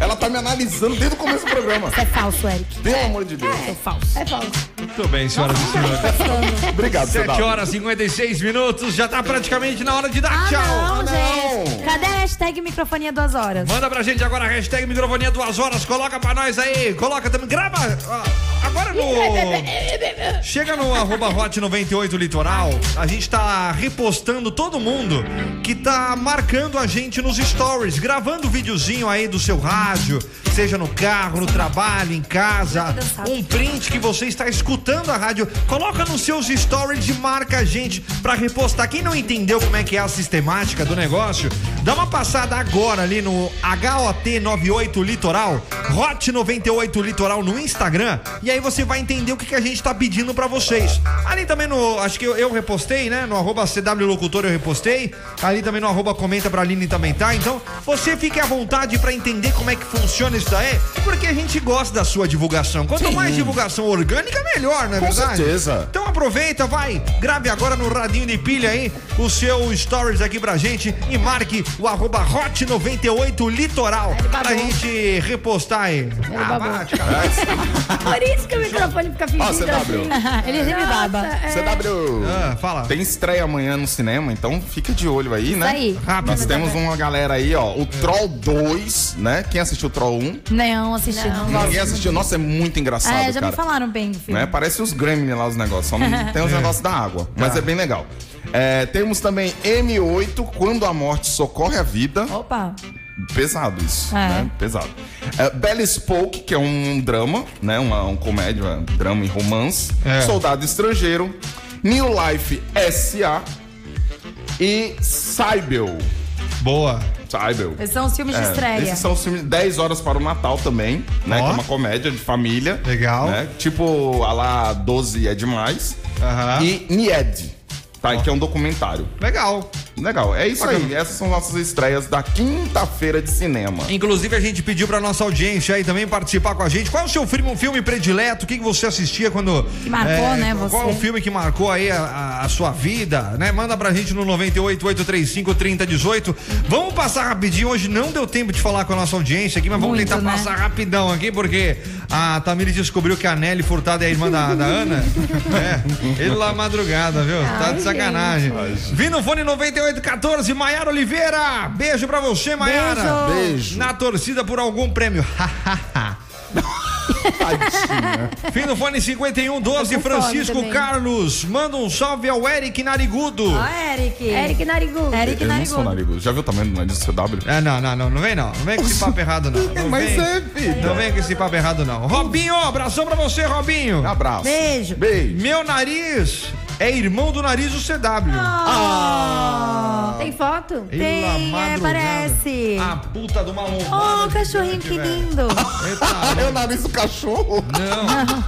Speaker 6: Ela tá me analisando desde o começo do programa.
Speaker 7: É falso, Eric.
Speaker 6: Pelo amor de Deus.
Speaker 7: É falso.
Speaker 4: É falso.
Speaker 5: Muito bem, senhoras e senhores.
Speaker 6: Obrigado, seu
Speaker 5: 7
Speaker 6: Dado.
Speaker 5: horas e 56 minutos, já tá praticamente na hora de dar
Speaker 7: Ah,
Speaker 5: tchau.
Speaker 7: não,
Speaker 6: não.
Speaker 7: gente. Cadê a hashtag microfonia duas horas?
Speaker 5: Manda pra gente agora a hashtag microfonia duas horas, coloca pra nós aí, coloca também, grava ah, agora no... Chega no arroba hot 98 litoral, a gente tá repostando todo mundo que tá marcando a gente nos stories, gravando videozinho aí do seu rádio, seja no carro, no trabalho, em casa, um print que você está escutando a rádio, coloca nos seus stories e marca a gente pra repostar. Quem não entendeu como é que é a sistemática do negócio, dá uma passada agora ali no HOT 98 Litoral, Hot 98 Litoral no Instagram, e aí você vai entender o que, que a gente tá pedindo pra vocês. Ali também no. Acho que eu, eu repostei, né? No arroba CW Locutor eu repostei. Ali também no arroba comenta pra Aline também tá. Então, você fique à vontade pra entender como é que funciona isso daí, porque a gente gosta da sua divulgação. Quanto mais divulgação orgânica, melhor, não é
Speaker 6: Com
Speaker 5: verdade?
Speaker 6: certeza.
Speaker 5: Então aproveita, vai, grave agora no radinho de pilha aí o seu stories aqui pra gente e marque o arroba hot 98 litoral pra gente repostar aí. Ah,
Speaker 4: babou.
Speaker 5: bate, cara.
Speaker 4: Por isso que o microfone fica fingindo
Speaker 6: Ó, tá CW.
Speaker 4: assim.
Speaker 7: Ah, Ele me baba.
Speaker 4: Nossa, é.
Speaker 6: tá CW.
Speaker 5: Ah, fala.
Speaker 6: Tem estreia amanhã no cinema, então fica de olho aí, né?
Speaker 7: aí.
Speaker 5: Rápido.
Speaker 6: Nós temos uma galera aí, ó. O Troll 2, né? Quem assistiu o Troll 1?
Speaker 7: Não, assisti, não, gosto.
Speaker 6: Ninguém assistiu. Nossa, é muito engraçado,
Speaker 7: É, já
Speaker 6: cara.
Speaker 7: me falaram bem do filme.
Speaker 6: Né? Parece os Grammy lá os negócios. Só não tem os negócios da água. Mas
Speaker 5: Tá.
Speaker 6: é bem legal. É, temos também M8, Quando a Morte Socorre a Vida.
Speaker 7: Opa.
Speaker 6: Pesado isso,
Speaker 7: É.
Speaker 6: né? Pesado. É, Bella Spoke, que é um drama, né? Uma, um comédia, um drama e romance.
Speaker 5: É.
Speaker 6: Soldado Estrangeiro. New Life S.A. E Cybel.
Speaker 5: Boa.
Speaker 6: Cybel.
Speaker 7: Esses são os filmes de
Speaker 6: É,
Speaker 7: estreia.
Speaker 6: Esses são os filmes 10 horas para o Natal também, né?
Speaker 5: Ó.
Speaker 6: Que é uma comédia de família.
Speaker 5: Legal.
Speaker 6: né? Tipo, a lá 12 é demais.
Speaker 5: Aham.
Speaker 6: E Nied, tá? Que é um documentário.
Speaker 5: Legal.
Speaker 6: Legal, é isso aí.
Speaker 5: Bacana.
Speaker 6: Essas são nossas estreias da quinta-feira de cinema.
Speaker 5: Inclusive, a gente pediu pra nossa audiência aí também participar com a gente. Qual é o seu filme, um filme predileto? O que que você assistia quando.
Speaker 7: Que marcou, né, você?
Speaker 5: Qual é o filme que marcou aí a, a- a sua vida, né? Manda pra gente no 988353018. Vamos passar rapidinho. Hoje não deu tempo de falar com a nossa audiência aqui, mas vamos
Speaker 7: Muito,
Speaker 5: tentar
Speaker 7: né?
Speaker 5: passar rapidão aqui, porque a Tamiri descobriu que a Nelly Furtado é a irmã da, da Ana. É, ele lá madrugada, viu? tá
Speaker 4: Ai,
Speaker 5: de sacanagem. Vino Fone 9814, Maiara Oliveira. Beijo pra você, Maiara.
Speaker 7: Beijo.
Speaker 6: Beijo.
Speaker 5: Na torcida por algum prêmio.
Speaker 6: Tadinha.
Speaker 5: Fim do fone 51, 12,
Speaker 4: Tô com fome
Speaker 5: Francisco
Speaker 4: também.
Speaker 5: Carlos. Manda um salve ao Eric Narigudo.
Speaker 7: Ó, Eric.
Speaker 4: Eric Narigudo.
Speaker 7: Eric
Speaker 6: Eu não sou
Speaker 7: Narigudo.
Speaker 6: narigudo. Já viu também no nariz do CW?
Speaker 5: É, não, não, não, não vem não. Não vem com esse papo errado, não. não
Speaker 6: Mas
Speaker 5: vem,
Speaker 6: é, filho.
Speaker 5: Não vem com esse papo errado, não. Robinho, abração pra você, Robinho.
Speaker 6: Um Abraço.
Speaker 7: Beijo.
Speaker 6: Beijo.
Speaker 5: Meu nariz é irmão do nariz do CW.
Speaker 4: Ah, Tem foto?
Speaker 5: Ih,
Speaker 7: tem,
Speaker 5: lá,
Speaker 7: é,
Speaker 5: madrugada.
Speaker 7: parece.
Speaker 5: A puta do maluco.
Speaker 7: Oh, cachorrinho, que lindo.
Speaker 5: Eita,
Speaker 6: É o nariz do cachorro.
Speaker 5: Não.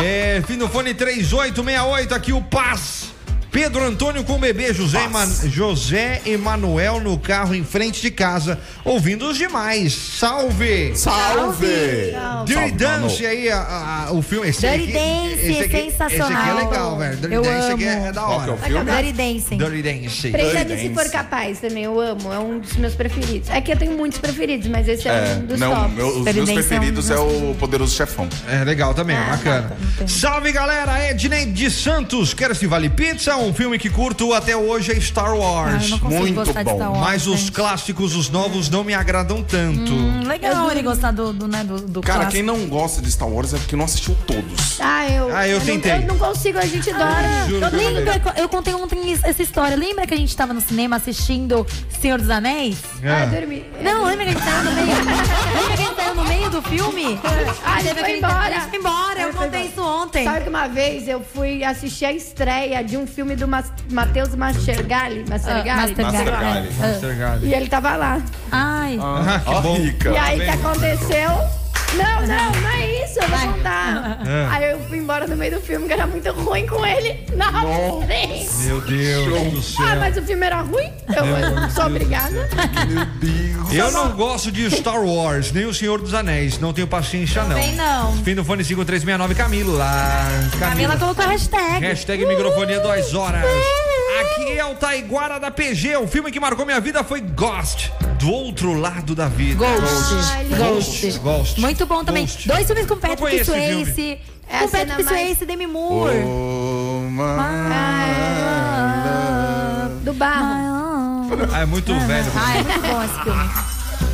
Speaker 5: É, fim do fone 3868, aqui o Paz. Pedro Antônio com o bebê José, Eman... José Emanuel no carro em frente de casa, ouvindo os demais. Salve!
Speaker 6: Salve! Salve,
Speaker 5: Dirty
Speaker 6: mano.
Speaker 5: Dance aí, a- a- o filme. Esse
Speaker 7: Dirty
Speaker 5: aqui-
Speaker 7: Dance,
Speaker 5: esse aqui- Esse aqui é
Speaker 7: sensacional.
Speaker 5: legal, velho. Dirty
Speaker 7: Eu
Speaker 5: Dance aqui
Speaker 7: amo.
Speaker 5: é da
Speaker 6: Qual que
Speaker 5: hora.
Speaker 6: é o filme?
Speaker 7: Dirty Dancing.
Speaker 5: Dirty Dance.
Speaker 4: Prendendo se for capaz também, eu amo. É um dos meus preferidos. É que eu tenho muitos preferidos, mas esse é,
Speaker 6: É,
Speaker 4: um dos
Speaker 6: não,
Speaker 4: tops.
Speaker 6: meu- os meus
Speaker 7: Previdência é um
Speaker 6: preferidos é o Poderoso Chefão.
Speaker 5: É legal também,
Speaker 7: Ah, tá,
Speaker 5: bacana. Salve galera, Ednei de Santos. Quero se vale pizza, um filme que curto até hoje é Star
Speaker 7: Ah,
Speaker 5: Wars.
Speaker 7: eu não consigo
Speaker 6: Muito
Speaker 7: gostar
Speaker 6: bom.
Speaker 7: de Star Wars.
Speaker 5: mas os
Speaker 7: gente.
Speaker 5: clássicos, os novos, não me agradam tanto.
Speaker 7: Hum, Legal ele gostar do, do, né, do, do
Speaker 6: Cara,
Speaker 7: clássico.
Speaker 6: quem não gosta de Star Wars é porque não assistiu todos.
Speaker 4: Ah, eu,
Speaker 5: Ah, eu
Speaker 4: não-
Speaker 5: tentei.
Speaker 4: eu não consigo, a gente
Speaker 6: Ah.
Speaker 4: dorme.
Speaker 5: juro que eu
Speaker 7: Lembra, Ah, eu contei ontem is- essa história. Lembra que a gente tava no cinema assistindo Senhor dos Anéis?
Speaker 4: Ah,
Speaker 5: É.
Speaker 4: dormi.
Speaker 7: Não, lembra que a gente saiu no meio? lembra que a gente saiu no meio do filme?
Speaker 4: Ah, ele
Speaker 7: Teve
Speaker 4: foi
Speaker 7: aquele-
Speaker 4: embora.
Speaker 7: A gente foi embora, eu
Speaker 4: Ele foi
Speaker 7: contei
Speaker 4: embora.
Speaker 7: isso ontem.
Speaker 4: Sabe que uma vez eu fui assistir a estreia de um filme do Mas- Matheus Mastergalli, Mastergalli,
Speaker 7: Mastergalli.
Speaker 6: Mastergalli.
Speaker 5: É.
Speaker 7: Ah.
Speaker 4: e ele tava lá.
Speaker 7: Ai,
Speaker 5: Ah, que
Speaker 6: Ó,
Speaker 5: bom.
Speaker 6: tá rica.
Speaker 4: E aí, o que aconteceu? Não, não, não é isso, eu vou contar.
Speaker 5: É.
Speaker 4: Aí eu fui embora no meio do filme, que era muito ruim com ele na frente.
Speaker 5: Meu Deus do céu.
Speaker 4: Ah, mas o filme era ruim? Eu sou obrigada.
Speaker 5: Eu não gosto de Star Wars, nem o Senhor dos Anéis. Não tenho paciência, não.
Speaker 7: Também não.
Speaker 5: Fim do fone 5369, Camilo lá. Camila.
Speaker 7: Camila colocou a hashtag.
Speaker 5: Hashtag microfonia 2 horas. Aqui é o Taiguara da PG. O filme que marcou minha vida foi Ghost. Do outro lado da vida.
Speaker 7: Ghost.
Speaker 5: Ghost.
Speaker 7: Ghost.
Speaker 5: Ghost.
Speaker 7: Muito bom também.
Speaker 5: Ghost.
Speaker 7: Dois filmes com
Speaker 5: Eu
Speaker 7: Patrick
Speaker 5: conheço esse filme.
Speaker 7: Swayze.
Speaker 4: É a
Speaker 7: com
Speaker 4: cena
Speaker 7: Patrick
Speaker 4: mais-
Speaker 7: Swayze e Demi Moore.
Speaker 6: Oh, mano.
Speaker 4: Do barro.
Speaker 5: Ah, é muito velho.
Speaker 7: Ah, é muito bom esse filme.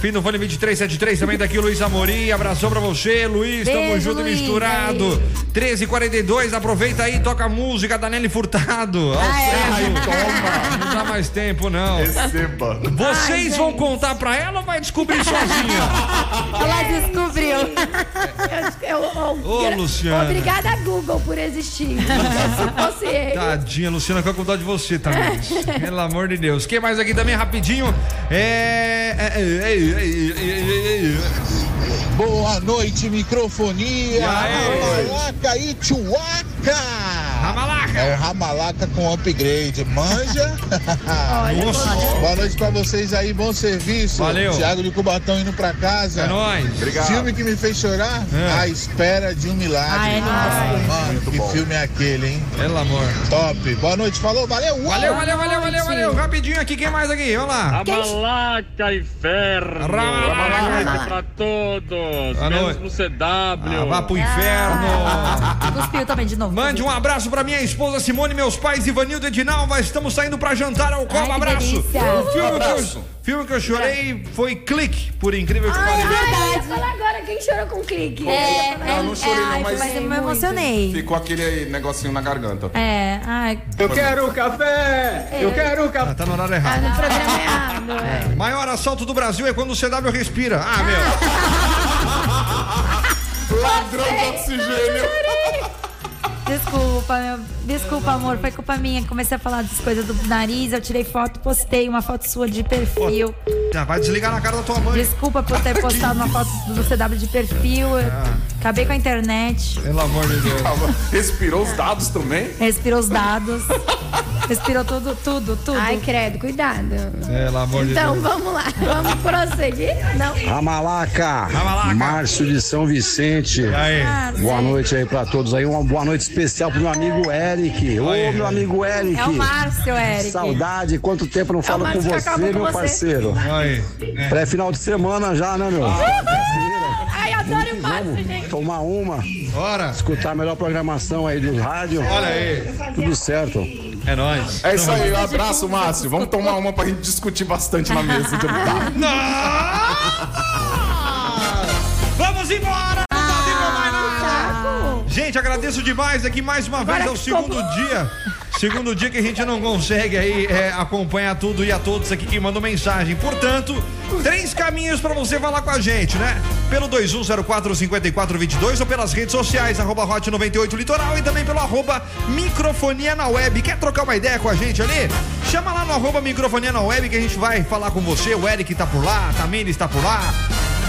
Speaker 5: Fim do fone 2373 também daqui, o Luiz Amorim. Abração pra você, Luiz. tamo
Speaker 7: Beijo,
Speaker 5: junto e
Speaker 7: Luiz.
Speaker 5: misturado. 13h42, aproveita aí, toca a música da Nelly Furtado. Ao certo. Não dá mais tempo, não.
Speaker 6: Receba.
Speaker 5: Vocês vão contar pra ela ou vai descobrir sozinha?
Speaker 7: Ela descobriu.
Speaker 4: Eu, eu, eu-
Speaker 5: Ô, Luciana.
Speaker 4: Obrigada, Google, por existir. Se fosse ele.
Speaker 5: Tadinha, Luciana, qual é vontade de você também? Pelo amor de Deus. Quem mais aqui também, rapidinho? É. é, é, é, é, é, é, é.
Speaker 10: Boa noite, microfonia.
Speaker 5: Aê.
Speaker 10: Ramalaca e Tchuaca.
Speaker 5: Ramalaca!
Speaker 10: É o Ramalaca com upgrade. Manja.
Speaker 5: Nossa,
Speaker 10: Boa noite pra vocês aí, bom serviço.
Speaker 5: Valeu.
Speaker 10: Thiago de Cubatão indo pra casa.
Speaker 5: é nóis.
Speaker 6: Obrigado.
Speaker 10: Filme que me fez chorar?
Speaker 5: É.
Speaker 10: A Espera de um
Speaker 7: Ah,
Speaker 10: Milagre.
Speaker 7: é lindo.
Speaker 10: Mano,
Speaker 6: Muito
Speaker 10: que
Speaker 6: bom.
Speaker 10: filme é aquele, hein?
Speaker 5: Pelo amor.
Speaker 10: Top. Boa noite, falou, valeu. Uau.
Speaker 5: Valeu, valeu, valeu, valeu, valeu. Rapidinho aqui, quem mais aqui? Vamos lá.
Speaker 12: Ramalaca inferno!
Speaker 5: Ramalaca.
Speaker 12: Boa
Speaker 2: Ah.
Speaker 12: noite pra todos!
Speaker 5: Boa
Speaker 12: menos
Speaker 5: noite.
Speaker 12: pro CW!
Speaker 5: Ah, vá pro inferno.
Speaker 7: Cuspiu também de novo.
Speaker 5: Mande um abraço pra minha esposa Simone, meus pais Ivanildo e Edinalva. Estamos saindo pra jantar ao
Speaker 7: Ai,
Speaker 5: colo.
Speaker 7: que
Speaker 5: Abraço.
Speaker 7: delícia.
Speaker 5: O filme, Que eu,
Speaker 6: Abraço.
Speaker 5: filme que eu chorei foi Clique, por incrível que
Speaker 7: Ai, é
Speaker 5: pareça.
Speaker 4: Eu ia
Speaker 7: verdade.
Speaker 4: falar agora, quem chorou com clique?
Speaker 7: É,
Speaker 6: Não, eu não chorei não,
Speaker 7: ai,
Speaker 6: mas-
Speaker 7: mas eu me emocionei.
Speaker 6: Ficou aquele negocinho na garganta.
Speaker 7: É, ai,
Speaker 6: Eu quero.
Speaker 5: Ah, tá no horário errado.
Speaker 4: Ah, no programa errado, é.
Speaker 5: Maior assalto do Brasil é quando o CW respira. Ah, meu.
Speaker 6: Ladrão de oxigênio.
Speaker 7: desculpa, meu- desculpa, amor, foi culpa minha. Comecei a falar das coisas do nariz, eu tirei foto, postei uma foto sua de perfil.
Speaker 5: Já vai desligar na cara da tua mãe.
Speaker 7: Desculpa por ter postado uma foto do CW de perfil. eu Acabei com a internet.
Speaker 5: Pelo amor de Deus.
Speaker 6: Calma, Respirou os dados também?
Speaker 7: Respirou os dados. Respirou tudo, tudo, tudo.
Speaker 4: Ai, credo, cuidado.
Speaker 5: Pelo amor de
Speaker 4: Então
Speaker 5: Deus.
Speaker 4: vamos lá, vamos prosseguir? Não.
Speaker 12: Ramalaca!
Speaker 5: Ramalaca.
Speaker 12: Márcio de São Vicente!
Speaker 5: E aí?
Speaker 7: Ah,
Speaker 12: Boa noite aí pra todos aí, uma boa noite especial pro meu amigo Eric. Ô,
Speaker 5: Aí.
Speaker 12: meu amigo Eric!
Speaker 7: É o Márcio, Eric.
Speaker 12: Saudade, quanto tempo não falo com
Speaker 4: Márcio que
Speaker 12: você,
Speaker 4: acabou com
Speaker 12: meu
Speaker 4: você.
Speaker 12: parceiro.
Speaker 5: Aí. É,
Speaker 12: Pré-final de semana já, né, meu?
Speaker 4: Ai, adoro o Márcio, gente.
Speaker 12: Tomar uma,
Speaker 5: Bora.
Speaker 12: escutar a melhor programação aí do rádio.
Speaker 5: Olha aí.
Speaker 12: Tudo certo.
Speaker 5: É nóis.
Speaker 6: É isso aí, um abraço, Márcio. Vamos tomar uma pra gente discutir bastante na mesa. Tá.
Speaker 5: Vamos embora. Não tem mais nada. Gente, agradeço demais aqui mais uma vez.
Speaker 4: Agora
Speaker 5: É o
Speaker 4: que
Speaker 5: segundo
Speaker 4: ficou
Speaker 5: dia. Segundo dia que a gente não consegue aí é, acompanhar tudo e a todos aqui que mandam mensagem. Portanto, três caminhos pra você falar com a gente, né? Pelo 21045422 ou pelas redes sociais, arroba Hot 98 Litoral e também pelo arroba Microfonia na Web. Quer trocar uma ideia com a gente ali? Chama lá no arroba Microfonia na Web que a gente vai falar com você. O Eric tá por lá, a Tamires tá por lá.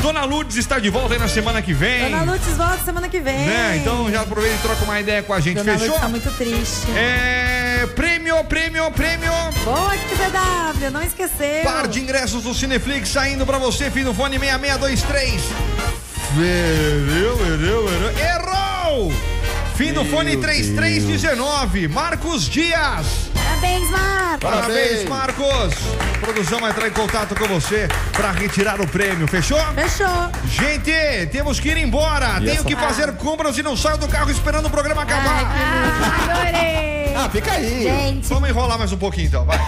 Speaker 5: Dona Lourdes está de volta aí na semana que vem.
Speaker 7: Dona Lutz volta semana que vem.
Speaker 5: Então, Né? Então já aproveita e troca uma ideia com a gente,
Speaker 7: É. Dona
Speaker 5: fechou?
Speaker 7: Lutz tá muito triste.
Speaker 5: É, É, prêmio, prêmio, prêmio.
Speaker 7: Boa, XPW, não esqueceu.
Speaker 5: Par de ingressos do Cineflix saindo pra você, filho do fone 6623. Errou, errou, errou. Errou! Fim do fone 3319, Marcos Dias.
Speaker 7: Parabéns, Marcos.
Speaker 5: Parabéns, Marcos. A produção vai entrar em contato com você pra retirar o prêmio, fechou?
Speaker 7: Fechou.
Speaker 5: Gente, temos que ir embora.
Speaker 6: E
Speaker 5: Tenho
Speaker 6: essa-
Speaker 5: que fazer compras e não saio do carro esperando o programa acabar. Ah,
Speaker 7: Adorei.
Speaker 6: Ah, fica aí.
Speaker 7: Gente.
Speaker 5: Vamos enrolar mais um pouquinho então, vai.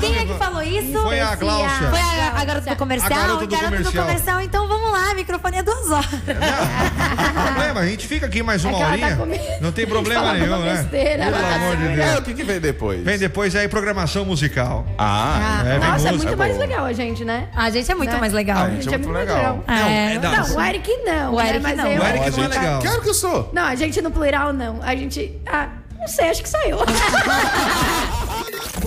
Speaker 7: Quem é que falou isso?
Speaker 5: Foi a Gláucia.
Speaker 7: Foi a, a garota do comercial?
Speaker 5: A garota do comercial.
Speaker 7: Então vamos lá, microfonia duas horas.
Speaker 5: Não tem problema, a gente fica aqui mais uma
Speaker 7: É que ela tá
Speaker 5: horinha.
Speaker 7: com medo
Speaker 5: Não tem
Speaker 7: de
Speaker 5: problema
Speaker 7: falar uma
Speaker 5: nenhum, né?
Speaker 7: besteira. é
Speaker 5: Pelo amor de Deus.
Speaker 6: É, o que, que vem depois?
Speaker 5: Vem depois aí programação musical.
Speaker 6: Ah,
Speaker 5: é, vem
Speaker 4: Nossa, é
Speaker 5: música.
Speaker 4: muito mais legal a gente, né?
Speaker 7: A gente é muito mais legal.
Speaker 5: A gente é muito legal.
Speaker 4: Não,
Speaker 5: É,
Speaker 4: não,
Speaker 5: não,
Speaker 4: o Eric não.
Speaker 7: O
Speaker 4: né?
Speaker 7: Eric
Speaker 4: Mas
Speaker 7: não.
Speaker 4: eu-
Speaker 5: O Eric não é legal.
Speaker 7: tá
Speaker 6: Claro que eu sou.
Speaker 4: Não, a gente no plural não. A gente. Ah, não sei, acho que sou eu.